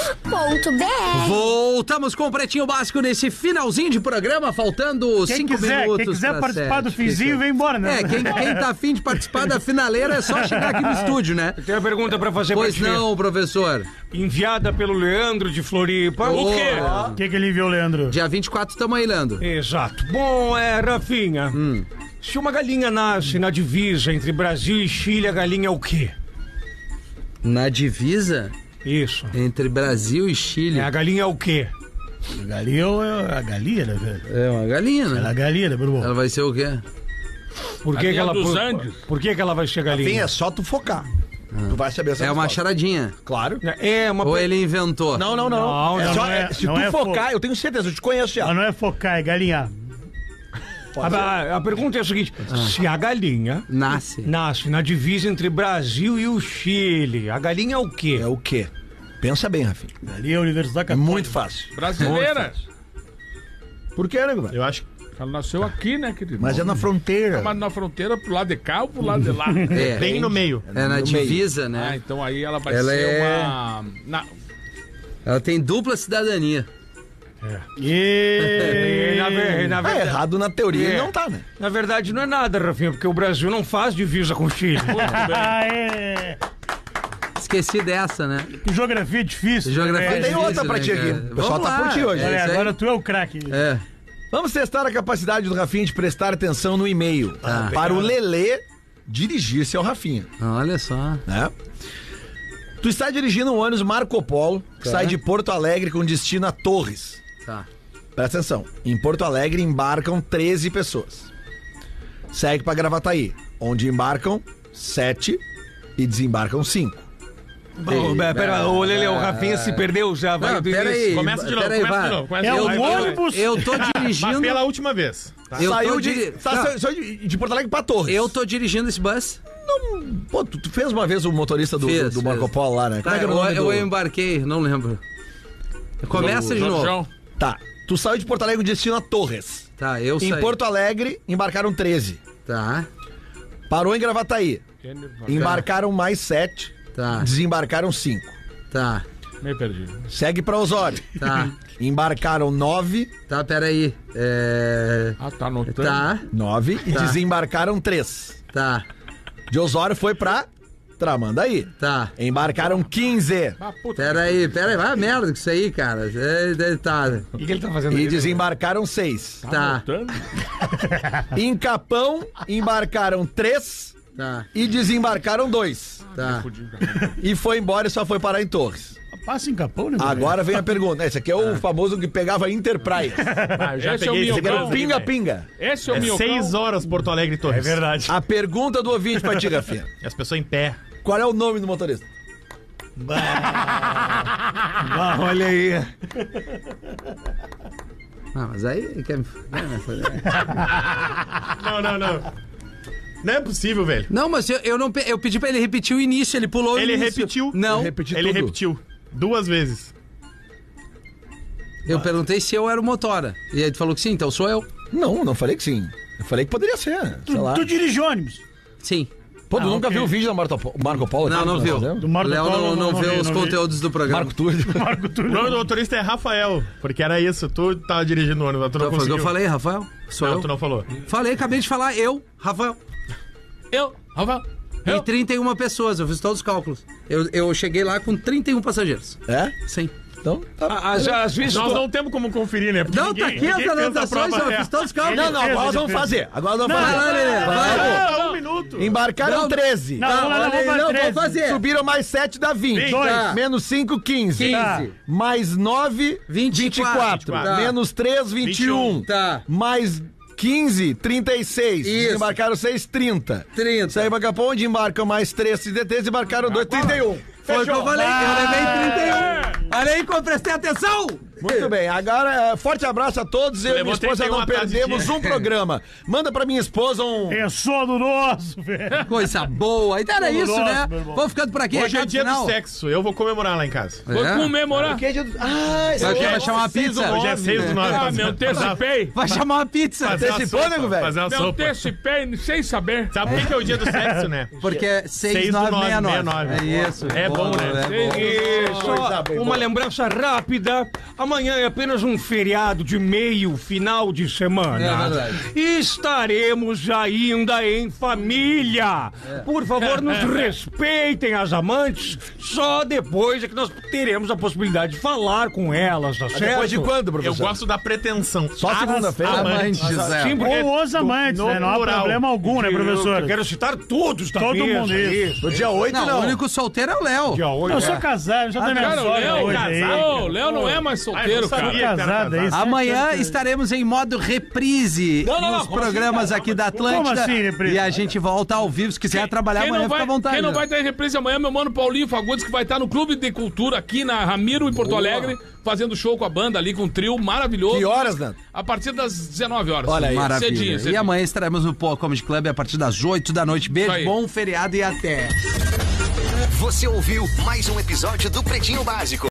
Speaker 11: elefanteletrado.com.br.
Speaker 3: Voltamos com o Pretinho Básico nesse finalzinho de programa, faltando
Speaker 4: Quem
Speaker 3: 5
Speaker 4: quiser,
Speaker 3: minutos.
Speaker 4: quem quiser
Speaker 3: pra
Speaker 4: participar
Speaker 3: sete.
Speaker 4: do finzinho, vem embora, né?
Speaker 3: É, quem, quem tá afim de participar da finaleira é só chegar aqui no estúdio, né?
Speaker 8: Tem uma pergunta pra fazer
Speaker 3: Pois
Speaker 8: pra ti.
Speaker 3: não, professor.
Speaker 8: Enviada pelo Leandro de Floripa.
Speaker 3: Ô,
Speaker 8: O quê? É.
Speaker 4: O que, que ele enviou, Leandro?
Speaker 3: Dia 24 tamo aí, Leandro.
Speaker 8: Exato. Bom, é, Rafinha, se uma galinha nasce na divisa entre Brasil e Chile, a galinha é o quê?
Speaker 3: Na divisa
Speaker 8: Isso.
Speaker 3: entre Brasil e Chile.
Speaker 8: É, a galinha é o quê?
Speaker 4: Galinha é a galinha, né, velho?
Speaker 3: É uma galinha,
Speaker 4: Ela é
Speaker 3: né?
Speaker 4: a galinha, né, meu irmão?
Speaker 3: Ela vai ser o quê?
Speaker 8: Por
Speaker 6: Galinha
Speaker 8: que, que ela
Speaker 6: é dos
Speaker 8: por,
Speaker 6: Andes.
Speaker 8: por que, que ela vai ser
Speaker 5: Enfim,
Speaker 8: galinha?
Speaker 5: é só tu focar. Tu vai saber essa
Speaker 3: É uma
Speaker 5: resposta.
Speaker 3: charadinha.
Speaker 5: Claro.
Speaker 8: É uma
Speaker 3: Ou
Speaker 8: per-
Speaker 3: ele inventou?
Speaker 5: Não, não, não.
Speaker 8: Não,
Speaker 5: é
Speaker 8: não
Speaker 5: só,
Speaker 4: é-
Speaker 5: se
Speaker 4: não
Speaker 5: tu
Speaker 4: é fo-
Speaker 1: Ah,
Speaker 5: focar, eu tenho certeza, eu te conheço já.
Speaker 4: Ela não é focar, é galinhar.
Speaker 8: a, a- a pergunta é a seguinte: se a galinha
Speaker 3: Nasce.
Speaker 8: nasce na divisa entre Brasil e o Chile, a galinha é o quê?
Speaker 5: É o quê? Pensa bem, Rafinha.
Speaker 4: Ali é a Universidade
Speaker 5: É
Speaker 4: Católica.
Speaker 5: muito fácil.
Speaker 6: Brasileira.
Speaker 5: Por que, nego? velho?
Speaker 7: Eu acho que
Speaker 6: Ela nasceu aqui, né, querido?
Speaker 5: Mas é na fronteira.
Speaker 6: Mas na fronteira, pro lado de cá ou pro lado de lá?
Speaker 3: É.
Speaker 7: bem no meio.
Speaker 3: É na
Speaker 5: No meio.
Speaker 3: divisa,
Speaker 6: Ah,
Speaker 3: né?
Speaker 6: então aí ela vai
Speaker 3: Ela
Speaker 6: ser
Speaker 3: é-
Speaker 6: uma. na-
Speaker 3: Ela tem dupla cidadania.
Speaker 4: E...
Speaker 9: Na, ver- na
Speaker 5: Ah,
Speaker 9: verdade,
Speaker 5: errado na teoria
Speaker 9: É.
Speaker 5: não tá, né?
Speaker 9: na verdade não é nada, Rafinha, porque o Brasil não faz divisa com o Chile.
Speaker 4: Ah, é.
Speaker 3: Esqueci dessa, né?
Speaker 4: Que Geografia difícil.
Speaker 3: Geografia
Speaker 4: né?
Speaker 5: Tem
Speaker 3: difícil,
Speaker 5: outra pra
Speaker 3: né,
Speaker 5: ti aqui.
Speaker 3: cara?
Speaker 5: O pessoal
Speaker 3: Vamos
Speaker 5: tá
Speaker 3: lá.
Speaker 5: por ti hoje.
Speaker 4: Olha,
Speaker 3: isso aí.
Speaker 4: agora tu é o craque.
Speaker 3: É.
Speaker 5: Vamos testar a capacidade do Rafinha de prestar atenção no e-mail.
Speaker 3: Tá.
Speaker 5: Para o Lelê dirigir-se ao Rafinha.
Speaker 3: É. Olha só.
Speaker 5: né? Tu está dirigindo um ônibus Marco Polo, que sai de Porto Alegre com destino a Torres.
Speaker 3: Tá.
Speaker 5: Presta atenção. Em Porto Alegre embarcam 13 pessoas. Segue para Gravataí, onde embarcam 7 e desembarcam 5.
Speaker 9: Ô, Pera, pera, ô Lele, o Rafinha se perdeu
Speaker 7: Ah,
Speaker 9: já, vai
Speaker 3: Não,
Speaker 9: do
Speaker 3: pera
Speaker 9: início.
Speaker 3: aí.
Speaker 7: Começa de novo,
Speaker 3: pera aí,
Speaker 7: começa de
Speaker 3: vai.
Speaker 7: novo, começa
Speaker 4: É
Speaker 7: de
Speaker 4: o
Speaker 5: um
Speaker 7: novo. Vai, vai, vai.
Speaker 4: ônibus.
Speaker 3: Eu tô
Speaker 7: Mas
Speaker 3: dirigindo.
Speaker 7: pela última vez. Tá?
Speaker 3: Eu
Speaker 5: Saiu
Speaker 3: tô
Speaker 5: de,
Speaker 3: diri-
Speaker 5: tá,
Speaker 3: Não,
Speaker 5: saiu- saiu de- de Porto Alegre para Torres.
Speaker 3: Eu tô dirigindo esse bus.
Speaker 5: Pô, tu, tu fez uma vez o motorista do,
Speaker 3: Fiz,
Speaker 5: do Marco
Speaker 3: fiz.
Speaker 5: Polo lá, né? Como
Speaker 3: Tá,
Speaker 5: é que é o
Speaker 3: eu,
Speaker 5: nome do...
Speaker 3: eu embarquei, não lembro. Começa de novo.
Speaker 6: Jorjão.
Speaker 5: Tá. Tu saiu de Porto Alegre com destino a Torres.
Speaker 3: Tá, eu
Speaker 5: em
Speaker 3: saí.
Speaker 5: Porto Alegre embarcaram 13.
Speaker 3: Tá,
Speaker 5: Parou em Gravataí. Embarcaram mais 7.
Speaker 3: Tá.
Speaker 5: Desembarcaram 5.
Speaker 3: tá,
Speaker 6: Meio perdido.
Speaker 5: Segue pra Osório.
Speaker 3: tá.
Speaker 5: Embarcaram 9.
Speaker 3: Tá, peraí. É.
Speaker 6: Ah, tá anotando.
Speaker 3: Tá,
Speaker 5: 9 e
Speaker 3: Tá.
Speaker 5: desembarcaram 3.
Speaker 3: tá,
Speaker 5: De Osório foi pra Tramandaí.
Speaker 3: tá.
Speaker 5: Embarcaram 15.
Speaker 6: Ah, puta.
Speaker 3: Peraí, peraí. Vai a merda com isso aí, cara. É, é, tá,
Speaker 9: O que, que ele tá fazendo
Speaker 5: E
Speaker 9: aí?
Speaker 5: desembarcaram 6.
Speaker 3: tá,
Speaker 6: Anotando?
Speaker 5: Em Capão, embarcaram 3
Speaker 3: tá,
Speaker 5: e desembarcaram 2.
Speaker 3: tá.
Speaker 5: E foi embora e só foi parar em Torres.
Speaker 4: Passa em Capão, né?
Speaker 5: Agora vem a pergunta. Esse aqui é o famoso que pegava Interpraia.
Speaker 6: Ah, eu já
Speaker 7: Esse
Speaker 6: esse é o
Speaker 7: peguei, esse
Speaker 6: miocão.
Speaker 7: aqui
Speaker 5: Pinga, pinga.
Speaker 6: Esse é o
Speaker 7: É
Speaker 6: miocão.
Speaker 7: seis horas Porto Alegre e Torres.
Speaker 8: verdade.
Speaker 5: A pergunta do ouvinte pra ti, Rafinha.
Speaker 7: E as pessoas em pé.
Speaker 5: Qual é o nome do motorista?
Speaker 9: Ah, olha aí.
Speaker 3: Ah, mas aí. quer me- né?
Speaker 7: Não, não, não. Não é possível, velho.
Speaker 3: Não, mas eu, eu, não, pe- eu pedi pra ele repetir o início, ele pulou
Speaker 7: Ele
Speaker 3: o início.
Speaker 7: repetiu.
Speaker 3: Não,
Speaker 5: Repetir
Speaker 7: Ele
Speaker 5: tudo.
Speaker 7: repetiu duas vezes.
Speaker 3: eu perguntei se eu era o motora. E aí ele falou que sim, então sou eu.
Speaker 5: Não, não falei que sim. Eu falei que poderia ser, sei lá.
Speaker 4: Tu, tu dirige ônibus.
Speaker 3: Sim.
Speaker 5: Pô, tu nunca viu o vídeo da Marco, Po- Marco Polo? aqui
Speaker 3: Ah, Não,
Speaker 5: que
Speaker 3: não
Speaker 5: nós
Speaker 3: viu.
Speaker 5: fazemos?
Speaker 4: Do Marco
Speaker 3: Léo
Speaker 4: Polo,
Speaker 3: não,
Speaker 4: não,
Speaker 3: não vê
Speaker 4: não vi,
Speaker 3: os
Speaker 4: não vi.
Speaker 3: conteúdos do programa.
Speaker 5: Marco Túlio.
Speaker 4: Marco
Speaker 7: O
Speaker 4: Túlio.
Speaker 7: nome do motorista é Rafael, porque era isso. Tu tava dirigindo o ônibus, tu não
Speaker 3: Então, foi o que
Speaker 7: conseguiu.
Speaker 3: eu falei, Rafael? Sou
Speaker 7: Não,
Speaker 3: eu.
Speaker 7: tu não falou.
Speaker 3: Falei, acabei de falar, eu, Rafael.
Speaker 6: Eu, Rafael.
Speaker 3: E 31 pessoas, eu fiz todos os cálculos. Eu, eu cheguei lá com 31 passageiros.
Speaker 5: É?
Speaker 3: Sim.
Speaker 5: Então, tá.
Speaker 9: Ah, já, às vezes
Speaker 7: Nós
Speaker 9: tu-
Speaker 7: não temos como conferir, né? Porque
Speaker 3: Não, tá
Speaker 7: ninguém-
Speaker 3: aqui as
Speaker 7: ninguém fez a
Speaker 3: anotações,
Speaker 7: prova. É.
Speaker 3: eu fiz todos os cálculos.
Speaker 5: Não, não, agora nós vamos fazer. Agora nós vamos
Speaker 4: Não,
Speaker 5: fazer.
Speaker 3: não, não, não,
Speaker 5: Vai,
Speaker 3: não.
Speaker 5: vai.
Speaker 7: Ah, um minuto.
Speaker 5: Embarcaram
Speaker 3: Não,
Speaker 5: 13.
Speaker 4: não, vamos lá,
Speaker 5: olha
Speaker 4: não,
Speaker 5: aí,
Speaker 4: vamos lá, 13.
Speaker 3: É.
Speaker 5: fazer. Subiram mais 7 dá 20.
Speaker 4: Dois.
Speaker 5: Tá. Menos 5, 15.
Speaker 3: 15.
Speaker 4: Tá.
Speaker 5: Mais 9,
Speaker 3: 24.
Speaker 5: 24.
Speaker 3: Tá.
Speaker 5: Menos 3, 21.
Speaker 3: Tá.
Speaker 5: Mais 15, 36.
Speaker 3: Isso.
Speaker 5: Embarcaram 6, 30.
Speaker 3: 30.
Speaker 5: Saí pra Capão, onde embarcam mais 3, 33. Embarcaram 2, 31.
Speaker 3: Foi o que eu falei, eu levei 31. Olha aí, como um. eu prestei atenção.
Speaker 5: Muito bem, agora eh, forte abraço a todos. Eu e
Speaker 7: Levou
Speaker 5: minha esposa
Speaker 7: 31
Speaker 5: não
Speaker 7: atrás de
Speaker 5: perdemos
Speaker 7: dia.
Speaker 5: um programa. Manda pra minha esposa um.
Speaker 4: É sono nosso, velho.
Speaker 3: Coisa boa. Então era isso,
Speaker 4: Nossa,
Speaker 3: né?
Speaker 4: meu irmão.
Speaker 3: Vou ficando por aqui.
Speaker 7: Hoje é
Speaker 3: recado
Speaker 7: dia
Speaker 3: final.
Speaker 7: do sexo. Eu vou comemorar lá em casa.
Speaker 6: Vou
Speaker 3: É.
Speaker 6: comemorar.
Speaker 5: Que é dia do- Ah, esse
Speaker 3: Sabe
Speaker 5: é
Speaker 3: quem
Speaker 5: o-
Speaker 3: vai chamar uma
Speaker 5: seis do
Speaker 3: pizza? é
Speaker 5: nove,
Speaker 7: Hoje é seis
Speaker 5: né?
Speaker 7: do nove.
Speaker 6: Ah, meu, antecipei.
Speaker 3: Vai chamar uma pizza.
Speaker 7: Fazer uma
Speaker 5: Antecipou,
Speaker 7: sopa,
Speaker 5: nego, velho?
Speaker 7: Fazer uma
Speaker 6: Meu,
Speaker 7: sopa.
Speaker 6: antecipei sem saber.
Speaker 7: Sabe por que que é o dia do sexo, né?
Speaker 3: Porque é
Speaker 7: Seis do nove,
Speaker 3: 6969. É isso.
Speaker 7: É bom, né?
Speaker 3: É bom.
Speaker 5: Coisa
Speaker 9: Só
Speaker 5: bem
Speaker 9: uma
Speaker 5: boa.
Speaker 9: lembrança rápida. Amanhã é apenas um feriado de meio final de semana.
Speaker 3: É verdade.
Speaker 9: E Estaremos ainda em família.
Speaker 5: É.
Speaker 9: Por favor, nos respeitem as amantes. Só depois é que nós teremos a possibilidade de falar com elas, tá certo?
Speaker 5: Depois de quando,
Speaker 7: Eu
Speaker 5: professor?
Speaker 7: gosto da pretensão.
Speaker 5: Só segunda-feira.
Speaker 3: Amantes, é.
Speaker 9: Sim, porque
Speaker 4: Ou os amantes,
Speaker 7: no
Speaker 4: né? Não há
Speaker 7: plural.
Speaker 4: problema algum, né, professor?
Speaker 9: Eu quero citar todos da
Speaker 4: Todo
Speaker 9: mesa
Speaker 4: mundo,
Speaker 9: aí.
Speaker 4: isso.
Speaker 5: No dia 8,
Speaker 3: Não,
Speaker 5: não.
Speaker 3: o único solteiro é o
Speaker 9: Dia
Speaker 3: Léo.
Speaker 9: oito,
Speaker 4: Eu
Speaker 9: é.
Speaker 4: sou casado, eu já tenho minha
Speaker 6: Cara, o
Speaker 4: sogra
Speaker 6: Léo, é
Speaker 4: hoje aí. cara.
Speaker 6: Ô, o Léo não é mais solteiro,
Speaker 7: Ai, não
Speaker 6: cara.
Speaker 7: sabia.
Speaker 4: Casado é aí.
Speaker 3: Amanhã
Speaker 4: sete anos.
Speaker 3: estaremos em modo reprise
Speaker 6: Não, não, não,
Speaker 3: nos
Speaker 6: como
Speaker 3: programas aqui da Atlântida.
Speaker 4: Como assim, reprise?
Speaker 3: E a gente volta ao vivo. Se quiser trabalhar
Speaker 6: Quem
Speaker 3: amanhã,
Speaker 6: não vai,
Speaker 3: fica à vontade. né?
Speaker 6: Quem não vai estar em reprise amanhã, é meu mano Paulinho Fagundes, que vai estar no Clube de Cultura aqui na Ramiro, em Porto Alegre, fazendo show com a banda ali, com um trio maravilhoso.
Speaker 5: Que horas, Neto?
Speaker 6: A partir das 19 horas.
Speaker 5: Olha aí.
Speaker 3: Maravilha.
Speaker 6: Cedinho,
Speaker 3: E
Speaker 6: cedinho.
Speaker 3: amanhã estaremos no Pó Comedy Club a partir das 8 da noite.
Speaker 6: Isso
Speaker 3: Beijo,
Speaker 6: aí.
Speaker 3: bom feriado e até.
Speaker 5: Você ouviu mais um episódio do Pretinho Básico.